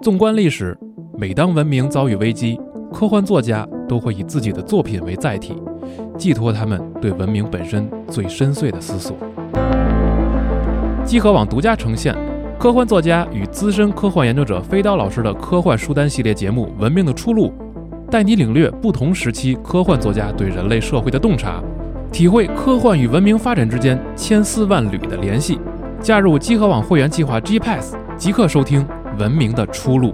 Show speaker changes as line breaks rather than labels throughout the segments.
纵观历史，每当文明遭遇危机，科幻作家都会以自己的作品为载体，寄托他们对文明本身最深邃的思索。集合网独家呈现科幻作家与资深科幻研究者飞刀老师的科幻书单系列节目《文明的出路》，带你领略不同时期科幻作家对人类社会的洞察，体会科幻与文明发展之间千丝万缕的联系。加入集合网会员计划 G Pass，即刻收听《文明的出路》。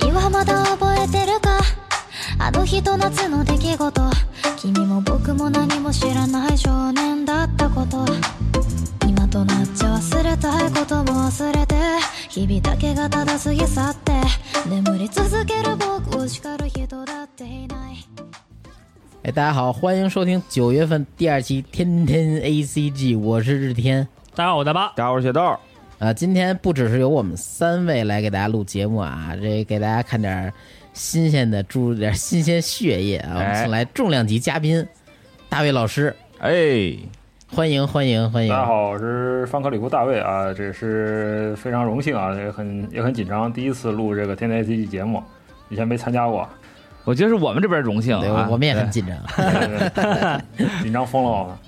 君はまだ覚えてるかあの日と夏の出来事君も僕も何も知らない少年だったこと今となっちゃ忘れたいことも忘れて日々だけがただ過ぎ去って眠り続ける僕を叱る人だっていない
哎，大家好，欢迎收听九月份第二期《天天 A C G》，我是日天
大家好，我大巴。
大家好，我是雪豆。
啊。今天不只是由我们三位来给大家录节目啊，这给大家看点儿新鲜的注入点儿新鲜血液啊。我们
哎
请来重量级嘉宾大卫老师，
哎，
欢迎欢迎
嗯
欢迎
大！家好，我是方克里夫大卫啊，这是非常荣幸啊，也
嗯
很也很紧张，第一次录这个天天 ACG 节目，以前没参 加过，
我觉得是我们这边荣幸
对，
啊，
我们也很紧张。
对对对紧张疯了啊我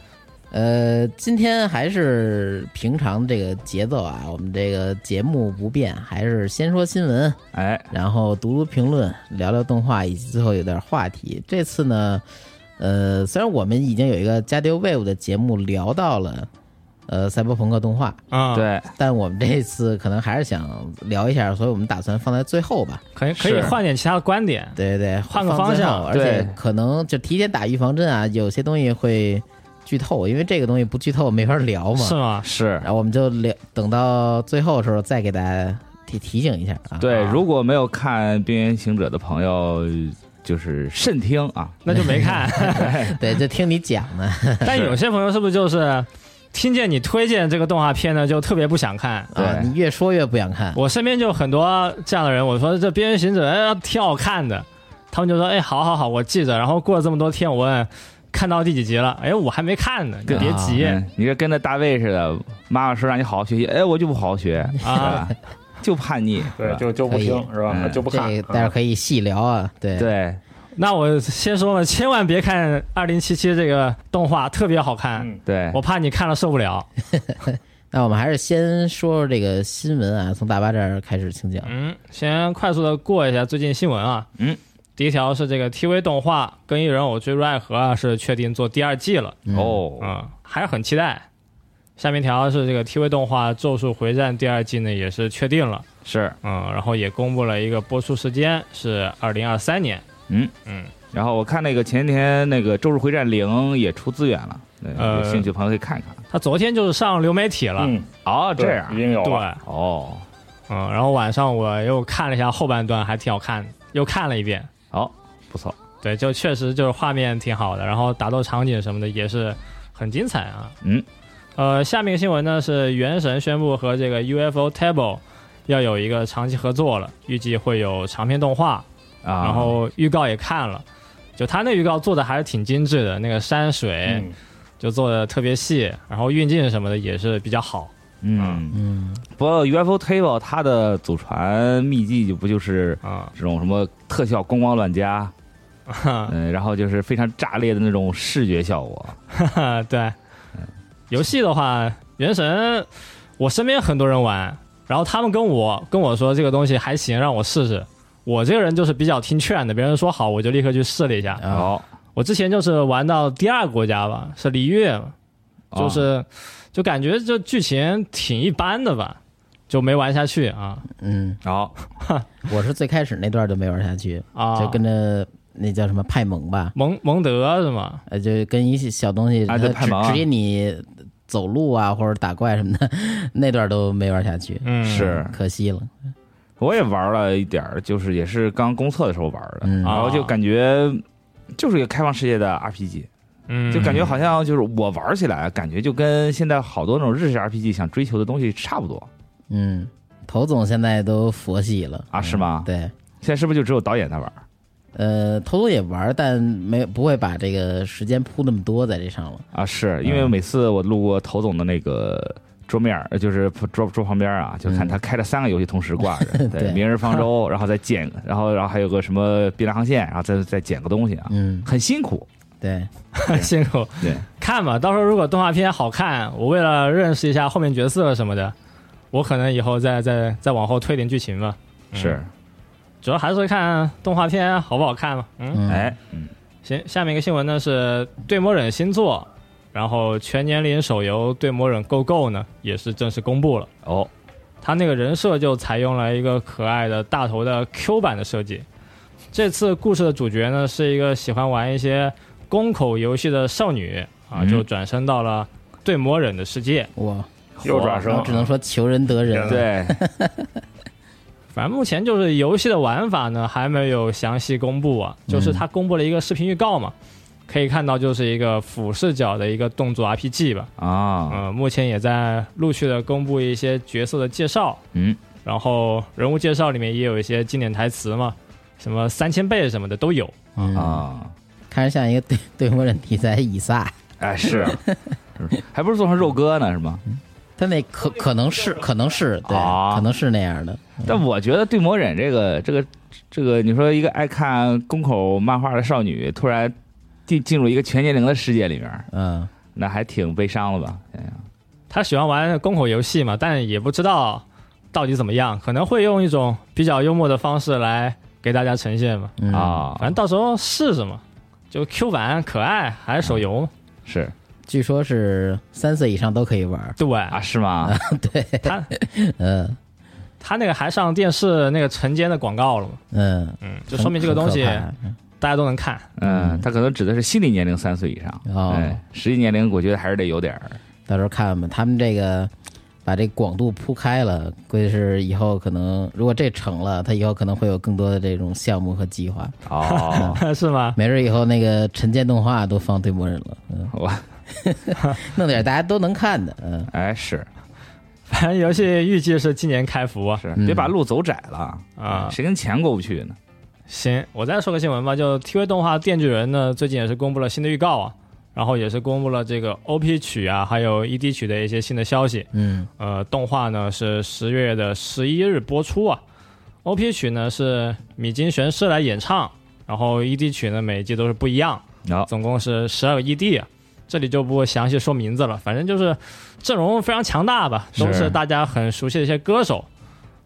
呃，今天还是平常这个节奏啊，我们这个节目不变，还是先说新闻，
哎，
然后读读评论，聊聊动画，以及最后有点话题。这次呢，呃，虽然我们已经有一个《加丢 Wave》的节目聊到了呃赛博朋克动画，
啊，，
对，
但我们这次可能还是想聊一下，所以我们打算放在最后吧。
可以哎可以
是
换点其他的观点。
对对对，
换个
放最
方向
后而且
对
可能就提前打预防针啊，有些东西会剧透，因为这个东西不剧透没法聊嘛。
是吗？
是
然后我们就聊，等到最后的时候再给大家提提醒一下啊。
对。如果没有看《边缘行者》的朋友，就是慎听 啊。哎
那就没看。
对，就听你讲呢。
但有些朋友是不是就是听见你推荐这个动画片呢，就特别不想看？
对
啊，你越说越不想看。
我身边就很多这样的人，我说这《边缘行者》哎挺好看的，他们就说哎好好好，我记着。然后过了这么多天，我问看到第几集了？哎，我还没看呢，你别急
嗯，你这跟那大卫似的，妈妈说让你好好学习，哎，我就不好好学，
啊。
是吧就叛逆，
对
是吧
就就不听是吧？
嗯
就不看
这，个待会儿可以细聊啊。对，
对，
那我先说了，千万别看《二零七七》这个动画，特别好看，
嗯
对，
我怕你看了受不了。
那我们还是先说说这个新闻啊，从大巴这儿开始，请讲。
嗯，先快速的过一下最近新闻啊。
嗯，
第一条是这个 TV 动画《更衣人偶追入爱河》啊，是确定做第二季了，
嗯，
哦，
嗯，还是很期待。下面一条是这个 TV 动画《咒术回战》第二季呢，也是确定了，
是，
嗯，然后也公布了一个播出时间是二零二三年，
嗯
嗯。
然后我看那个前几天那个《咒术回战零》也出资源了，对
呃
有兴趣的朋友可以看看。
它昨天就是上流媒体了，
嗯，
哦，这
对
样
已，经有啊
对，
了，
哦，
嗯，然后晚上我又看了一下后半段，还挺好看的，又看了一遍，
好，不错，
对，就确实就是画面挺好的，然后打斗场景什么的也是很精彩啊。
嗯，
呃，下面一个新闻呢是《原神》宣布和这个 UFO Table 要有一个长期合作了，预计会有长篇动画，
啊，
然后预告也看了。就他那预告做的还是挺精致的，那个山水
嗯，
就做的特别细，然后运镜什么的也是比较好。
嗯。
嗯，
不过 UFO Table 它的祖传秘技就不就是
啊、
这种什么特效光光乱加，嗯，然后就是非常炸裂的那种视觉效果。
啊对，游戏的话，《原神》我身边很多人玩，然后他们跟我跟我说这个东西还行，让我试试。我这个人就是比较听劝的，别人说好我就立刻去试了一下。
啊
好，
我之前就是玩到第二国家吧，是璃月嘛，
哦
就是、就感觉就剧情挺一般的吧，就没玩下去啊
嗯，
好，
我是最开始那段就没玩下去，
啊！
就跟着那叫什么派蒙吧，
蒙蒙德是吗？
呃，就跟一些小东西，
啊对
它
派蒙啊
指指引你走路啊或者打怪什么的， 那段都没玩下去，
嗯，
是
可惜了。
我也玩了一点儿，就是也是刚公测的时候玩的，
嗯
然后就感觉就是一个开放世界的 RPG，
嗯，
就感觉好像就是我玩起来感觉就跟现在好多那种日式 RPG 想追求的东西差不多
嗯，头总现在都佛系了嗯
啊，是吗？
对，
现在是不是就只有导演在玩？
呃，头总也玩，但没不会把这个时间铺那么多在这上了。
啊，是因
嗯
为每次我路过头总的那个桌面儿，呃就是桌桌旁边儿啊，就看
嗯
他开了三个游戏同时挂 着，
对
明日方 舟，然后再捡，然后然后还有个什么碧蓝航线，然后再再捡个东西啊，
嗯，
很辛苦。
对，
辛苦。
对，
看吧，到时候如果动画片好看，我为了认识一下后面角色什么的，我可能以后再再再往后推点剧情吧。
嗯
是，
主要还是看动画片好不好看嘛。嗯，
嗯，
哎，嗯
行，下面一个新闻呢是《对魔忍》新作，然后全年龄手游《对魔忍 GO GO》呢也是正式公布了。
哦，
他那个人设就采用了一个可爱的大头的 Q 版的设计。这次故事的主角呢是一个喜欢玩一些宫口游戏的少女啊，
嗯
就转身到了对魔忍的世界。
我
右转身
我
了
啊
嗯
只能说求人得人。
对，
反正目前就是游戏的玩法呢还没有详细公布啊，就是他公布了一个视频预告嘛，可以看到就是一个俯视角的一个动作 RPG 吧。
啊，
呃，目前也在陆续的公布一些角色的介绍，
嗯，
然后人物介绍里面也有一些经典台词嘛，什么三千倍什么的都有。
嗯，
啊，
看着像一个对 对魔人题材以撒，
哎，是，是还不是做成肉鸽呢，是吗？
嗯他那可可能是可能是对，
啊
可能是那样的。
但我觉得对魔忍这个这个这个，你说一个爱看宫口漫画的少女，突然进进入一个全年龄的世界里面儿，
嗯，
那还挺悲伤的吧？哎呀
他喜欢玩宫口游戏嘛，但也不知道到底怎么样，可能会用一种比较幽默的方式来给大家呈现嘛。
嗯，
啊，
反正到时候试试嘛，就 Q 版可爱还是手游
啊
嘛，
是
据说是三岁以上都可以玩儿。
对
啊，是吗？
他
嗯
他那个还上电视那个晨间的广告了嘛，
嗯，
嗯，就说明这个东西
很可怕
大家都能看。
嗯，他可能指的是心理年龄三岁以上，
哦
哎，实际年龄我觉得还是得有点儿。
到时候看吧，他们这个把这广度铺开了，估计是以后可能如果这成了，他以后可能会有更多的这种项目和计划。
哦，
是吗？
没准以后那个晨间动画都放对魔人了，嗯，
我
弄点大家都能看的，嗯，
哎是
反正游戏预计是今年开服啊。
是，
嗯
别把路走窄了哎
啊
谁跟钱过不去呢？
行，我再说个新闻吧，就 TV 动画《电锯人》呢，最近也是公布了新的预告啊，然后也是公布了这个 OP 曲啊，还有 ED 曲的一些新的消息。
嗯
呃，动画呢是十月的十一日播出啊，OP 曲呢是米津玄师来演唱，然后 ED 曲呢每一季都是不一样，
好
总共是十二个 ED，啊这里就不详细说名字了，反正就是阵容非常强大吧，都
是
是大家很熟悉的一些歌手，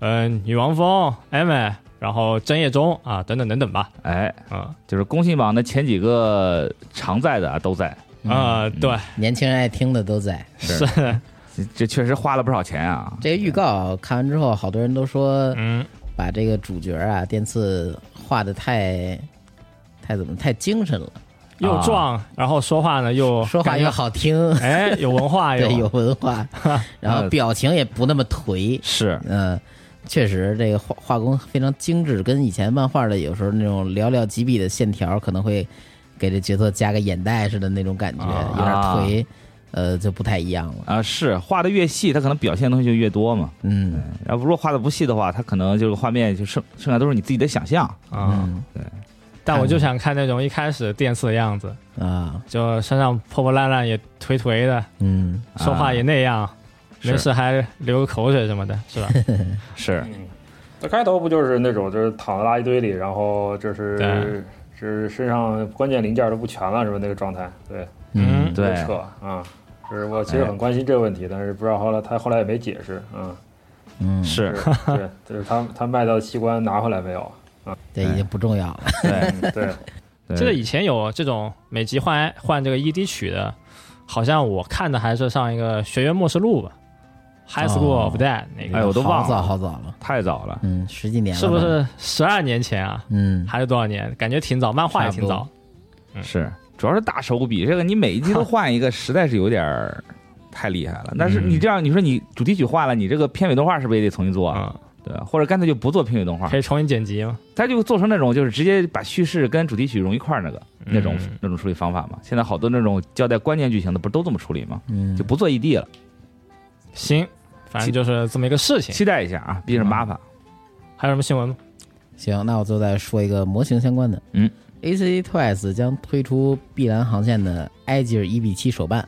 嗯、女王蜂、M，然后真叶中啊等等等等吧，
哎，
啊、
就是工信榜的前几个常在的啊都在，
啊、对，
年轻人爱听的都在。
是这这确实花了不少钱啊。
这个预告看完之后，好多人都说
嗯，
把这个主角啊电次画的太太怎么太精神了，
又
啊
壮，然后说话呢又
说话又
感觉
好听，
哦 哎有文化
对，
又
有文化， 然后表情也不那么颓，
是
嗯。确实，这个画画工非常精致，跟以前漫画的有时候那种寥寥几笔的线条，可能会给这角色加个眼袋似的那种感觉，
啊
有点颓，呃，就不太一样了。
啊，是画的越细，它可能表现的东西就越多嘛。
嗯，
然后如果画的不细的话，它可能就是画面就剩剩下都是你自己的想象。
啊、
对。
但我就想看那种一开始电次的样子，
啊，
就身上破破烂烂也颓颓的，
嗯，
说话也那样，没
是
事还流个口水什么的，是吧？
是
那开头不就是那种就是躺在垃圾堆里，然后就
对
是就是身上关键零件都不全了，什么那个状态？对，
嗯，
对
特别扯啊。就是我其实很关心这个问题，但是不知道后来他后来也没解释，嗯，
嗯，
是，
对，对就是他他卖掉的器官拿回来没有？
这已经不重要了。
对
嗯对，
对
记得以前有这种每集换换这个 ED 曲的，好像我看的还是上一个《学院末世录》吧，《High School of Dead》那
哎
个，
呦我都忘了
好早好早了，
太早了。
嗯，十几年了，
是不？是十二年前啊？
嗯，
还是多少年？感觉挺早，漫画也挺
差
早
不。
是，主要是大手笔，这个你每一季都换一个，实在是有点儿太厉害了。但
嗯
是你这样，你说你主题曲换了，你这个片尾动画是不是也得重新做？啊？
啊，
对吧，或者干脆就不做片尾动画
可，以重新剪辑嘛？
他就做成那种就是直接把叙事跟主题曲融一块儿那个那种
嗯
那种处理方法嘛。现在好多那种交代关键剧情的，不是都这么处理吗？
嗯
就不做异地了。
行，反正就是这么一个事情。
期待一下啊，毕竟是麻烦。
还有什么新闻吗？
行，那我最后再说一个模型相关的。
嗯
，ACD Twice 将推出碧蓝航线的埃及尔 EB7 手办，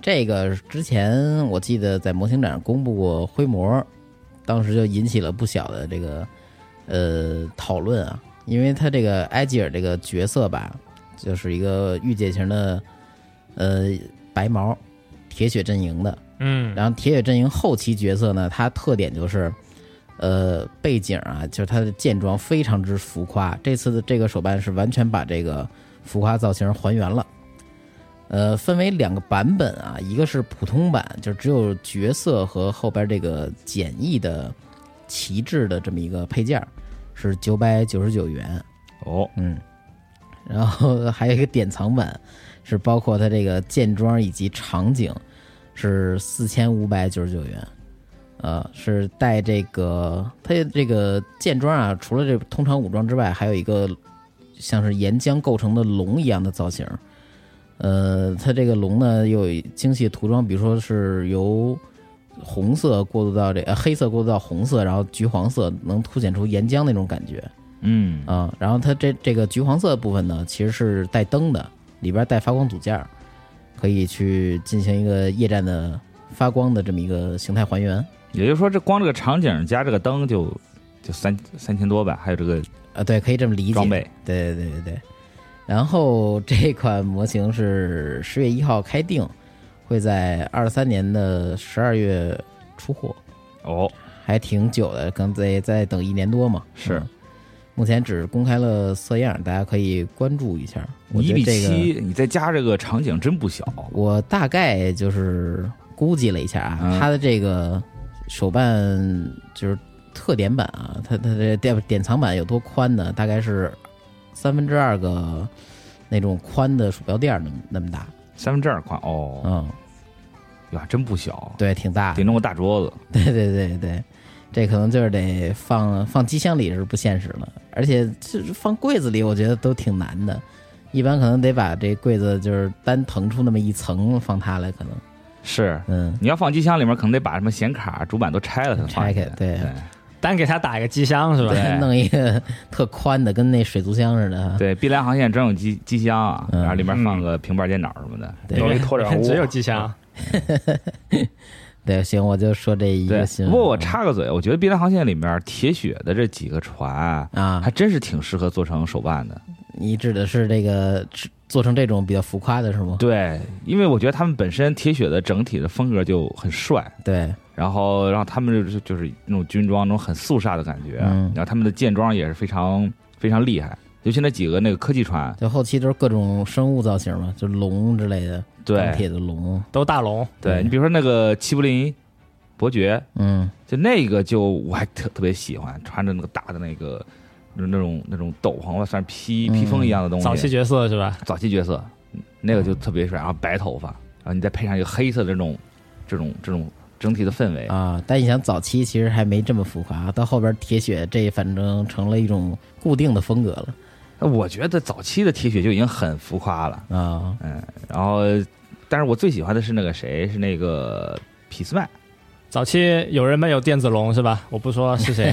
这个之前我记得在模型展上公布过灰模，当时就引起了不小的这个呃讨论啊，因为他这个埃及尔这个角色吧，就是一个御姐型的呃白毛铁血阵营的，
嗯，
然后铁血阵营后期角色呢，它特点就是，呃，背景啊，就是它的建装非常之浮夸。这次的这个手办是完全把这个浮夸造型还原了。呃，分为两个版本啊，一个是普通版，就只有角色和后边这个简易的旗帜的这么一个配件儿，是九百九十九元。
哦，
嗯，然后还有一个典藏版，是包括它这个建装以及场景，是四千五百九十九元。呃，是带这个它这个建装啊，除了这通常武装之外，还有一个像是岩浆构成的龙一样的造型。呃，它这个龙呢，又有精细涂装，比如说是由红色过渡到这呃黑色过渡到红色，然后橘黄色，能凸显出岩浆那种感觉。
嗯，
啊，然后它这这个橘黄色的部分呢，其实是带灯的，里边带发光组件儿，可以去进行一个夜战的发光的这么一个形态还原。
也就是说，这光这个场景加这个灯就就三三千多吧，还有这个
啊，对，可以这么理解。
装备，
对对对对对。然后 这款模型是十月一号开定，会在二三年的十二月出货，
哦，
还挺久的，刚再再等一年多嘛。
是
嗯目前只公开了色样，大家可以关注一下。我
一
觉得
比
这个
七，你再加这个场景真不小。
我大概就是估计了一下啊
嗯，
它的这个手办就是特点版啊，它它这典典藏版有多宽呢？大概是三分之二个那种宽的鼠标垫儿那么那么大，
三分之二宽哦，
嗯，
呀，真不小，
对，挺大的
得，弄个大桌子。
对对对对，这可能就是得放放机箱里是不现实了，而且这放柜子里我觉得都挺难的，一般可能得把这柜子就是单腾出那么一层放它来，可能，
是，
嗯。
你要放机箱里面，可能得把什么显卡、主板都拆了才能放
拆
进
开
去。
对
单给他打一个机箱是吧？
对
弄一个特宽的，跟那水族箱似的。
对，碧蓝航线专用机机箱啊，
嗯
然后里面放个平板电脑什么的。
对
有一拓展 物
只有机箱。
对行，我就说这一
对
个，新
不
闻。
过我插个嘴，我觉得碧蓝航线里面铁血的这几个船，
啊
还，真是挺适合做成手办的。
你指的是这个是做成这种比较浮夸的是吗？
对，因为我觉得他们本身铁血的整体的风格就很帅，
对，
然后让他们就是就是那种军装那种很肃杀的感觉，
嗯
然后他们的舰装也是非常非常厉害，尤其那几个那个科技船，
就后期都是各种生物造型嘛，就龙之类的，钢
对
铁的龙。
都大龙，
对，你比如说那个齐柏林伯爵，
嗯，
就那个就我还特特别喜欢，穿着那个大的那个那那种那种斗篷吧，算是披
嗯
披风一样的东西，
早期角色是吧？
早期角色，嗯那个就特别帅，然后白头发，然后你再配上一个黑色的这种这种这种整体的氛围，
啊，但你想早期其实还没这么浮夸，到后边铁血这反正成了一种固定的风格了
那我觉得早期的铁血就已经很浮夸了，
啊。
嗯然后，但是我最喜欢的是那个谁，是那个俾斯麦，
早期有人没有电子龙是吧？我不说是谁，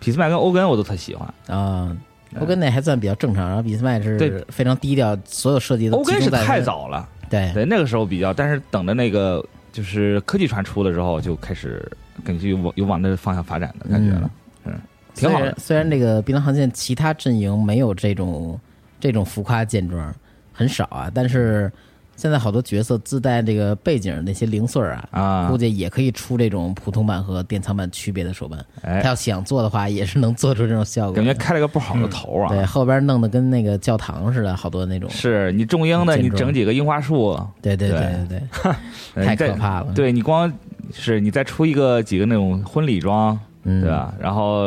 俾斯麦跟欧根我都特喜欢，
啊，欧根那还算比较正常，然后俾斯麦
对
是非常低调，所有设计都
欧根
集
是
中在哎
太
他，
早了，
对
对那个时候比较，但是等着那个就是科技船出了之后，就开始感觉有往有往那方向发展的感觉了，
嗯
嗯挺好
虽
的
然。虽然这个槟榔航线其他阵营没有这种这种浮夸建装，很少啊，但是现在好多角色自带这个背景那些零碎儿啊。
啊
估，计也可以出这种普通版和典藏版区别的手办，他
哎，
要想做的话，也是能做出这种效果的。
感觉开了个不好的头啊！
嗯对后边弄得跟那个教堂似的，好多那种。
是你种樱的，
建
你
筑
整几个樱花树，
对对
对
对对
呃
太
你再
可怕了
对你光是你再出一个几个那种婚礼装，
嗯，
对？啊吧？然后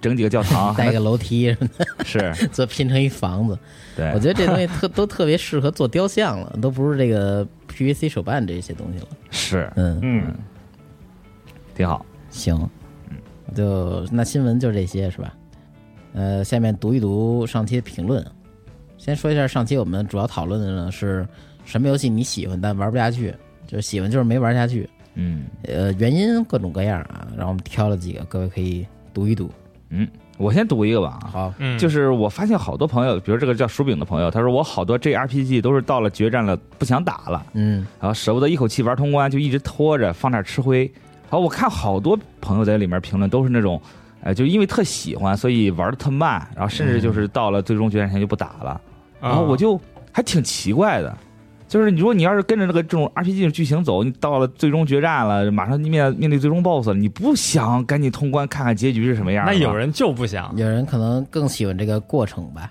整几个教 堂，
带个楼梯什么
是
的，做拼成一房子。
对
我，觉得这东西特都特别适合做雕像了，都不是这个 PVC 手办这些东西了。
是
嗯，
嗯，
挺好。
行，
嗯
就那新闻就这些是吧？呃，下面读一读上期的评论。先说一下上期我们主要讨论的呢是什么游戏你喜欢但玩不下去，就是喜欢就是没玩下去，
嗯，
呃，原因各种各样啊。然后我们挑了几个，各位可以读一读。
我先读一个吧啊，
好，
嗯，
就是是我发现好多朋友，比如这个叫薯饼的朋友，他说我好多 JRPG 都是到了决战了不想打了，
嗯
然后舍不得一口气玩通关，就一直拖着放那儿吃灰。然后我看好多朋友在里面评论都是那种，呃，就因为特喜欢，所以玩的特慢，然后甚至就是到了最终决战前就不打了。
嗯
然后我就还挺奇怪的，就是你如果你要是跟着那个这种 RPG 剧情走，你到了最终决战了，马上面面对最终 BOSS 了，你不想赶紧通关看看结局是什么样吗？
那有人就不想，
有人可能更喜欢这个过程吧，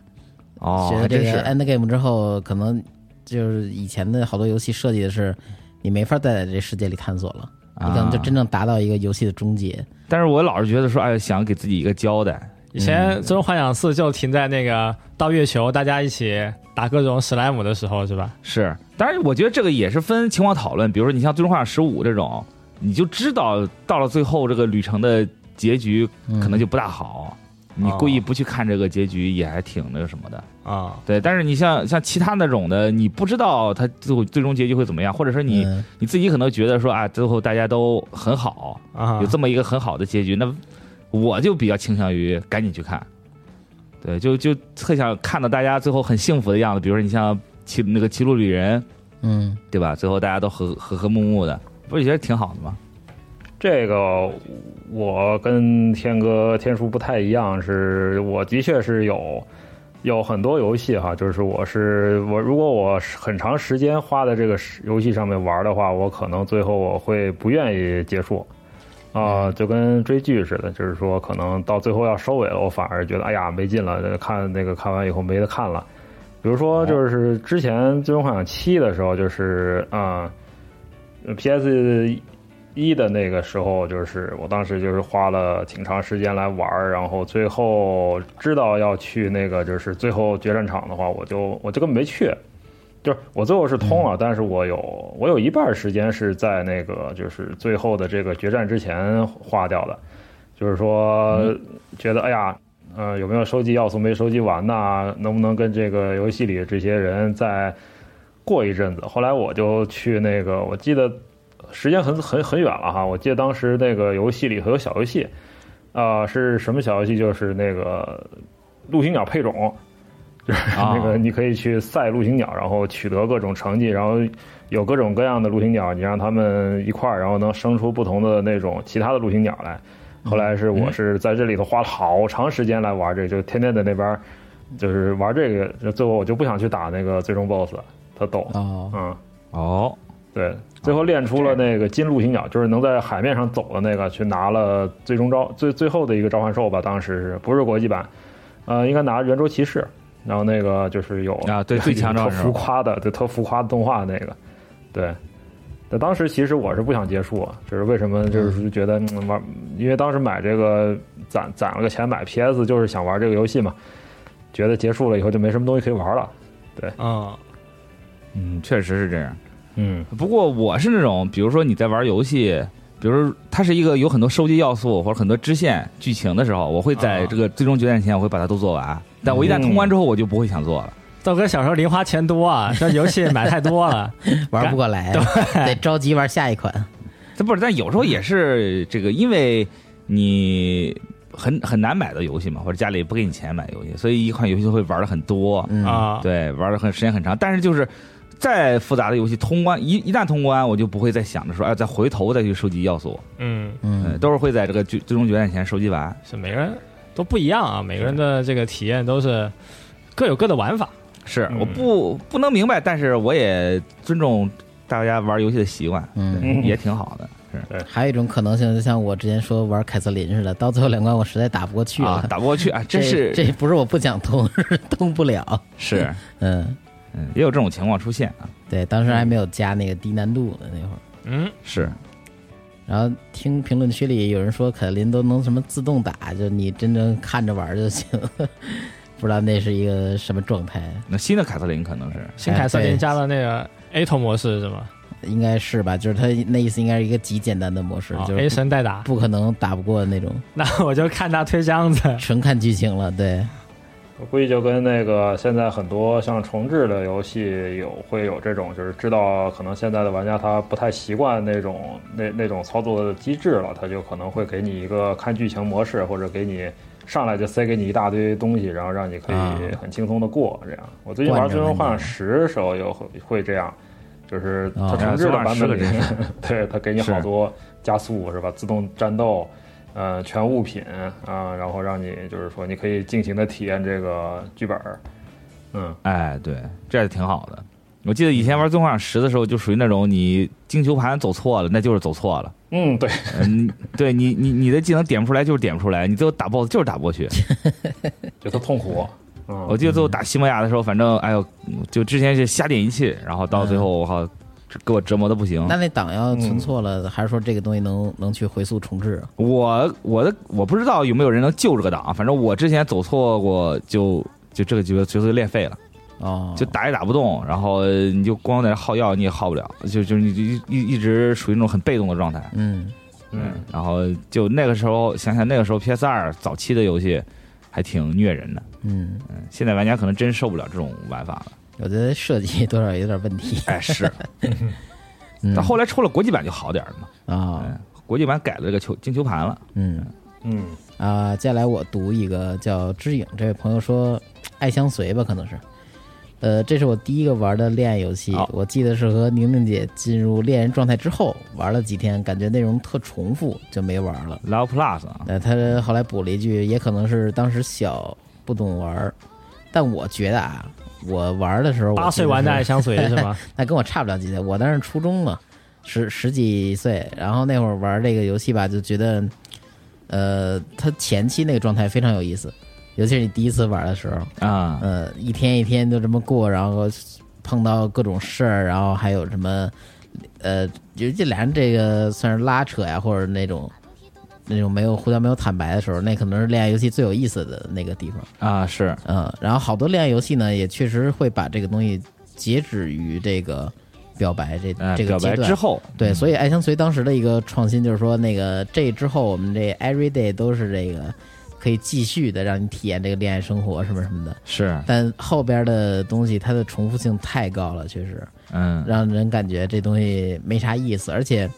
哦，
觉
还
得这
真
个哎
是
end game 之后，可能就是以前的好多游戏设计的是，你没法再在这世界里探索了，你可能就
啊
真正达到一个游戏的终结。
但是我老是觉得说，哎，想给自己一个交代。
以前《最终幻想四》就停在那个到月球，大家一起打各种史莱姆的时候，是吧？
是，当然，我觉得这个也是分情况讨论。比如说，你像《最终幻想十五》这种，你就知道到了最后这个旅程的结局
嗯
可能就不大好，你故意不去看这个结局也还挺那个什么的。
啊、
对，但是你像像其他那种的，你不知道它最后最终结局会怎么样，或者说你、
嗯
你自己可能觉得说啊，最后大家都很好，
啊，
有这么一个很好的结局，那我就比较倾向于赶紧去看。对，就就特想看到大家最后很幸福的样子，比如说你像骑那个《骑路旅人》，
嗯，
对吧？最后大家都和和和睦睦的，不是觉得挺好的吗？
这个我跟天哥、天叔不太一样，是我的确是有有很多游戏哈，就是我是我如果我是很长时间花在这个时游戏上面玩的话，我可能最后我会不愿意结束。啊、就跟追剧似的，就是说，可能到最后要收尾了，我反而觉得，哎呀，没劲了，看那个看完以后没得看了。比如说，就是之前《最终幻想七》的时候，就是啊、PS 一的那个时候，就是我当时就是花了挺长时间来玩儿，然后最后知道要去那个就是最后决战场的话，我就我就根本没去。就是我最后是通了，但是我有我有一半儿时间是在那个就是最后的这个决战之前花掉的，就是说觉得哎呀，呃有没有收集要素没收集完呐？能不能跟这个游戏里这些人再过一阵子？后来我就去那个，我记得时间很很很远了哈，我记得当时那个游戏里头有小游戏，啊、是什么小游戏？就是那个陆行鸟配种。
啊
那个你可以去赛陆行鸟，然后取得各种成绩，然后有各种各样的陆行鸟，你让他们一块儿，然后能生出不同的那种其他的陆行鸟来。后来是我是在这里头花了好长时间来玩这个，就天天在那边儿就是玩这个，就最后我就不想去打那个最终 BOSS，了，他抖，
哦，
嗯，
哦，
对，最后练出了那个金鹿行鸟，就是能在海面上走的那个，去拿了最终召最最后的一个召唤兽吧，当时是不是国际版？呃，应该拿圆桌骑士，然后那个就是有
啊对最强召
特
唤兽
浮夸的，对特浮夸的动画那个，对。但当时其实我是不想结束，啊就是为什么？就是觉得嗯玩，因为当时买这个攒攒了个钱买 PS，就是想玩这个游戏嘛，觉得结束了以后就没什么东西可以玩了。
嗯，
嗯，确实是这样。
嗯
不过我是那种，比如说你在玩游戏，比如说它是一个有很多收集要素或者很多支线剧情的时候，我会在
啊
这个最终决战前我会把它都做完。但我一旦通关之后，我就不会想做了。
豆哥小时候零花钱多啊，这游戏买太多了，
玩不过来， 得着急玩下一款。
这不是，但有时候也是这个，因为你很很难买到游戏嘛，或者家里不给你钱买游戏，所以一款游戏就会玩的很多，
嗯，
啊，
对，玩的很时间很长。但是就是再复杂的游戏，通关一一旦通关，我就不会再想着说，哎，再回头再去收集要素，
嗯，
嗯，
嗯，
都是会在这个最最终决战前收集完。
是每个人都不一样啊，每个人的这个体验都是各有各的玩法，
是，
嗯
我不不能明白，但是我也尊重大家玩游戏的习惯，
嗯
对也挺好的。
还有一种可能性，就像我之前说玩凯瑟琳似的，到最后两关我实在打不过去了。
啊，打不过去啊，
这
真是
这不是我不想通，是通不了。
是，
嗯，
嗯，也有这种情况出现啊。
对，当时还没有加那个低难度的那会儿。
嗯，
是，
然后听评论区里有人说凯琳都能什么自动打，就你真正看着玩儿就行， 不知道那是一个什么状态，
那新的凯瑟琳可能是
新凯瑟琳
哎对
加了那个 A 头模式是吗？
应该是吧？就是他那意思应该是一个极简单的模式，
啊
就
，A
是
神代打，
不可能打不过的那种，
那我就看他推箱子。
纯看剧情了。对，
我估计就跟那个现在很多像重置的游戏有会有这种，就是知道可能现在的玩家他不太习惯那种那那种操作的机制了，他就可能会给你一个看剧情模式，或者给你上来就塞给你一大堆东西，然后让你可
啊
以很轻松的过。这样，我最近玩《
惯着
最终幻想
你
十》的时候有会会这样，就是
啊
它重置的版
最终幻想10
本里
可真
面，对它给你好多加速是吧？自动战斗。呃，全物品啊、然后让你就是说，你可以尽情的体验这个剧本儿，嗯，
哎，对，这也挺好的。我记得以前玩《最后幻想十》的时候，就属于那种你金球盘走错了，那就是走错了。
嗯，对，
嗯，对你，你你的技能点不出来就是点不出来，你最后打 BOSS 就是打不过去。
觉得痛苦，
我
嗯，
记得最后打西班牙的时候，反正哎呦，就之前是瞎点一气，然后到最后我靠，给我折磨的不行
那。那档要存错了，还是说这个东西能能去回溯重置？
我我的我不知道有没有人能救这个档，反正我之前走错过就就这个角色角色练废了。
哦，
就打也打不动，然后呃你就光在那耗药，你也耗不了，就就你就一一一直属于那种很被动的状态。
嗯，
嗯，
然后就那个时候想想那个时候 PS 二早期的游戏还挺虐人的，
嗯，
嗯，现在玩家可能真受不了这种玩法了。
我觉得设计多少有点问 题。
哎，是，
嗯
但后来出了国际版就好点儿了嘛，
啊，
国际版改了这个球金球盘了，
嗯
嗯，
啊、接下来我读一个叫知影这位朋友说，爱相随吧，可能是。呃，这是我第一个玩的恋爱游戏
好，
我记得是和宁宁姐进入恋人状态之后玩了几天，感觉内容特重复，就没玩了。
Love Plus 啊，
那他后来补了一句，也可能是当时小不懂玩儿，但我觉得啊，我玩的时候我
八
记
岁
得
玩的
是
爱相随是 吗？
那跟我差不了几岁，我当时初中了，十十几岁，然后那会儿玩这个游戏吧，就觉得，呃，它前期那个状态非常有意思，尤其是你第一次玩的时候，
啊，
呃，一天一天就这么过，然后碰到各种事儿，然后还有什么，呃，就这俩人这个算是拉扯呀，或者那种。那种没有互相没有坦白的时候，那可能是恋爱游戏最有意思的那个地方。
啊是，
嗯，然后好多恋爱游戏呢，也确实会把这个东西截止于这个表白这、
呃，
这个
表
阶
白
段
之。后，
对，所以爱相随当时的一个创新就是说，那个这之后我们这 every day 都是这个可以继续的让你体验这个恋爱生活什么什么的。
是，
但后边的东西它的重复性太高了，确实
嗯，
让人感觉这东西没啥意思，而且。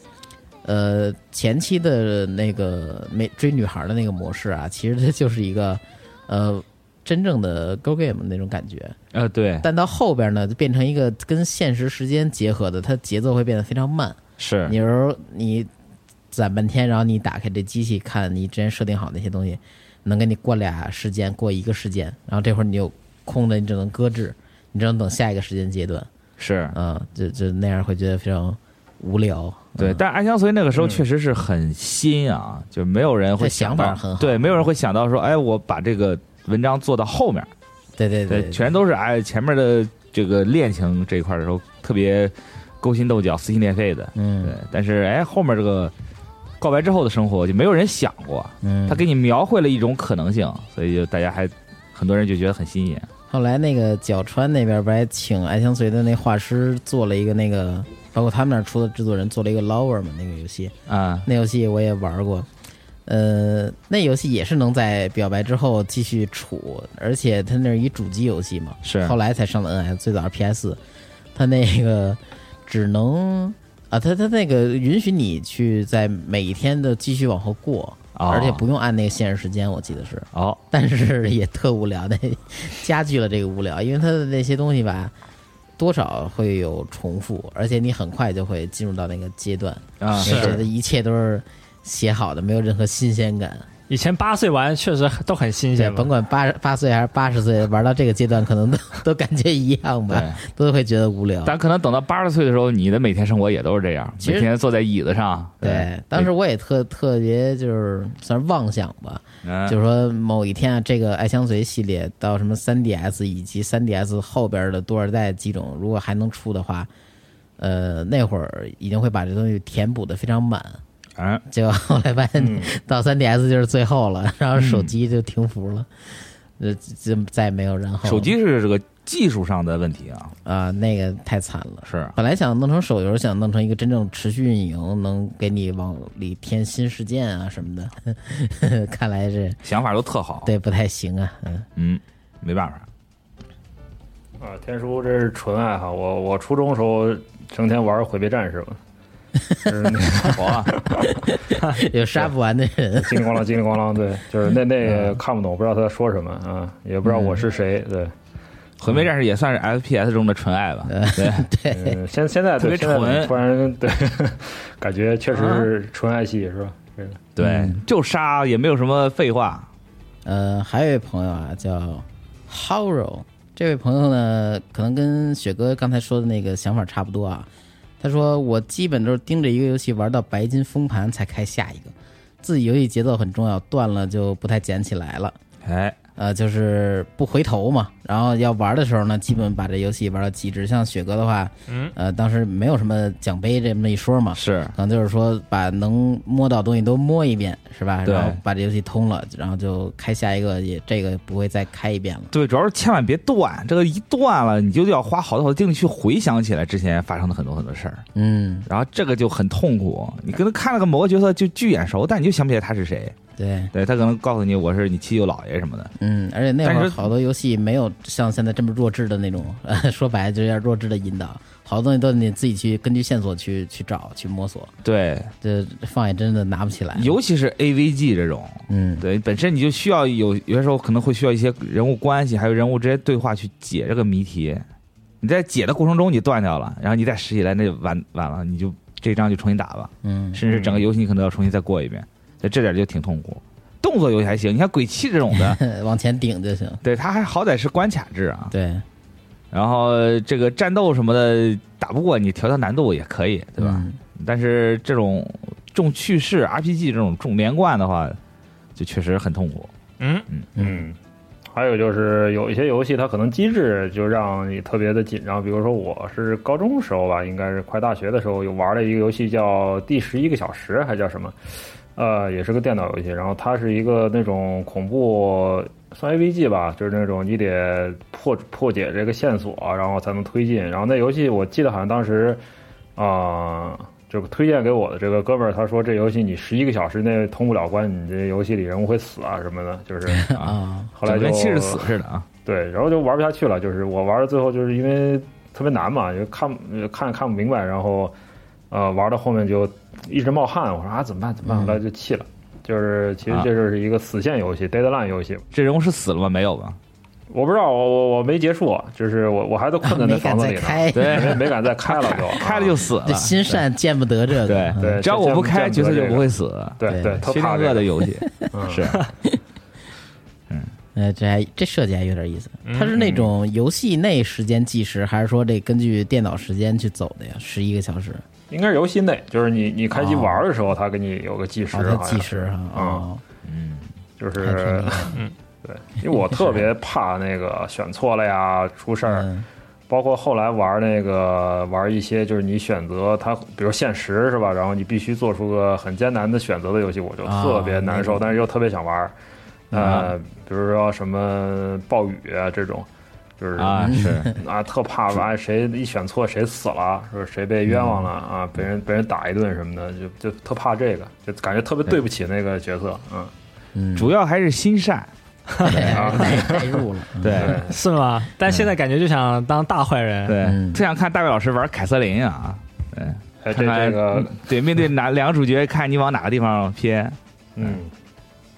呃，前期的那个没追女孩的那个模式啊，其实它就是一个，呃，真正的 go game 那种感觉。
呃对，
但到后边呢，就变成一个跟现实时间结合的，它节奏会变得非常慢。
是
你，有时候你攒半天，然后你打开这机器看你之前设定好那些东西，能给你过俩时间，过一个时间，然后这会儿你就空着，你只能搁置，你只能等下一个时间阶段，
是，
嗯，就就那样会觉得非常无聊。
对，
嗯
但是安香随那个时候
嗯
确实是很新啊，就没有人会
这想
到
法很好
对，没有人会想到说，哎，我把这个文章做到后面，
对对
对，
对，
全都是哎前面的这个恋情这一块的时候特别勾心斗角、撕心裂肺的，对
嗯，
但是哎后面这个告白之后的生活就没有人想过，
嗯，
他给你描绘了一种可能性，所以就大家还很多人就觉得很新颖，
后来那个角川那边不还请爱相随的那画师做了一个那个，包括他们那儿出的制作人做了一个 Lover 嘛那个游戏，
啊
那游戏我也玩过，呃，那游戏也是能在表白之后继续处，而且它那是一主机游戏嘛，
是
后来才上的 NS，最早是 PS，它那个只能啊，它它那个允许你去在每一天的继续往后过，
哦
而且不用按那个限时时间，我记得是，
哦
但是也特无聊，那 加剧了这个无聊，因为它的那些东西吧，多少会有重复，而且你很快就会进入到那个阶段，
啊
你觉得一切都是写好的，没有任何新鲜感。
以前八岁玩确实都很新
对，
鲜
甭
嘛。
管八八岁还是八十岁，玩到这个阶段，可能 都都感觉一样吧
对，
都会觉得无聊。
但可能等到八十岁的时候，你的每天生活也都是这样，
啊其实
每天坐在椅子上。
对，当时我也特特别就是算是妄想吧，
嗯
就是说某一天啊，这个《爱相随》系列到什么 3DS 以及 3DS 后边的多少代机种，如果还能出的话，呃，那会儿已经会把这东西填补的非常满。
哎，
结果后来发现
嗯
到 3DS 就是最后
嗯
了，然后手机就停服了，呃，就再也没有然后了。
手机是这个技术上的问题啊，
啊、那个太惨了。
是
本来想弄成手游，想弄成一个真正持续运营，能给你往里添新事件啊什么的， 看来是
想法都特好，
对不太行啊。 嗯，
嗯，没办 法，
啊，天书这是纯爱哈，我我初中时候成天玩毁灭战士嘛，就是那
好啊，
有杀不完的人，
叽里咣啷叽里咣啷，对，就是那那也
嗯
看不懂，不知道他在说什么啊，也不知道我是谁，对，
毁灭战士也算是 FPS 中的纯爱吧，对，
嗯，现现在
特别
对现在
纯啊
突然对， 感觉确实是纯爱系是吧？是的
对，
嗯
就杀也没有什么废话，
呃，还有一位朋友啊，叫 Howro，这位朋友呢，可能跟雪哥刚才说的那个想法差不多啊。他说：“我基本都是盯着一个游戏玩到白金封盘才开下一个，自己游戏节奏很重要，断了就不太捡起来了。
哎，
呃，就是不回头嘛。然后要玩的时候呢，基本把这游戏玩到极致。像雪哥的话，
嗯，
呃，当时没有什么奖杯这么一说嘛，
是
可能就是说把能摸到的东西都摸一遍，是吧？
对
然后把这游戏通了，然后就开下一个，也这个不会再开一遍了。
对，主要是千万别断，这个一断了，你就要花好多好多精力去回想起来之前发生的很多很多事儿，
嗯，
然后这个就很痛苦。你可能看了个某个角色就巨眼熟，但你就想不起来他是谁，
对，
对他可能告诉你我是你七舅姥爷什么的，
嗯，而且那会
但
儿
是
好多游戏没有像现在这么弱智的那种， 呃、说白了就有点弱智的引导，好多东西都得你自己去根据线索去去找去摸索，
对，
这放眼真的拿不起来。
尤其是 AVG 这种，
嗯，
对，本身你就需要有有些时候可能会需要一些人物关系，还有人物之间对话去解这个谜题。你在解的过程中你断掉了，然后你再拾起来，那就完完了，你就这一章就重新打吧，
嗯，，
甚至整个游戏你可能要重新再过一遍，所以这点就挺痛苦。动作游戏还行，你看鬼泣这种的
往前顶就行。
对它还好歹是关卡制啊，
对，
然后这个战斗什么的打不过你调调难度也可以，对吧？
嗯
但是这种重叙事 RPG 这种重连贯的话，就确实很痛苦。
嗯，
嗯，还有就是有一些游戏它可能机制就让你特别的紧张，比如说我是高中时候吧，应该是快大学的时候有玩了一个游戏叫《第十一个小时》，还叫什么？呃，也是个电脑游戏，然后它是一个那种恐怖算 AVG 吧，就是那种你得破破解这个线索，啊然后才能推进。然后那游戏我记得好像当时啊、就推荐给我的这个哥们儿，他说这游戏你十一个小时内通不了关，你这游戏里人物会死啊什么的，就是
啊，
后来
就
就
跟七十死似的啊。
对，然后就玩不下去了。就是我玩到最后，就是因为特别难嘛，就看呃看看不明白，然后呃玩到后面就一直冒汗。我说啊，怎么办？怎么办？
嗯
后来就弃了。就是其实
啊
这就是一个死线游戏、d e a d l i n e 游戏。
这人物是死了吗？没有吧？
我不知道，我我我没结束，啊就是我我还都困在那
没敢
房子
再
里呢，
开，
对，
没没敢再开了 就啊
开了就死了
这。心善见不得这个。
对
嗯
对
只要我不开，角色就不会死。
对
对
对，特
薛定
怕这
谔的
个
游戏
嗯
是，
呃，这还这设计还有点意思。它是那种游戏内时间计时，还是说这根据电脑时间去走的呀？十一个小时，
应该是游戏内，就是你你开机
哦
玩的时候，它给你有个计时，
哦，
好
它
像
计时哈，哦，
嗯，
就
还挺
是
厉害。
对，因为我特别怕那个选错了呀，出事儿。
嗯
包括后来玩那个玩一些就是你选择它，比如限时是吧？然后你必须做出个很艰难的选择的游戏，我就
啊
特别
那
难受，
种
但是又特别想玩儿。呃，比如说什么暴雨啊这种，就是
啊是，
啊，特怕吧，谁一选错谁死了，说谁被冤枉了啊，被人被人打一顿什么的，就就特怕这个，就感觉特别对不起那个角色，嗯，
嗯，
主要还是心善。
对
啊
代代入了。嗯
对
对，
是吗？但现在感觉就想当大坏人，
对
嗯，
特想看大卫老师玩凯瑟琳啊。对，
哎，
看
这
看
这个
对面对哪两个主角，看你往哪个地方偏。
嗯，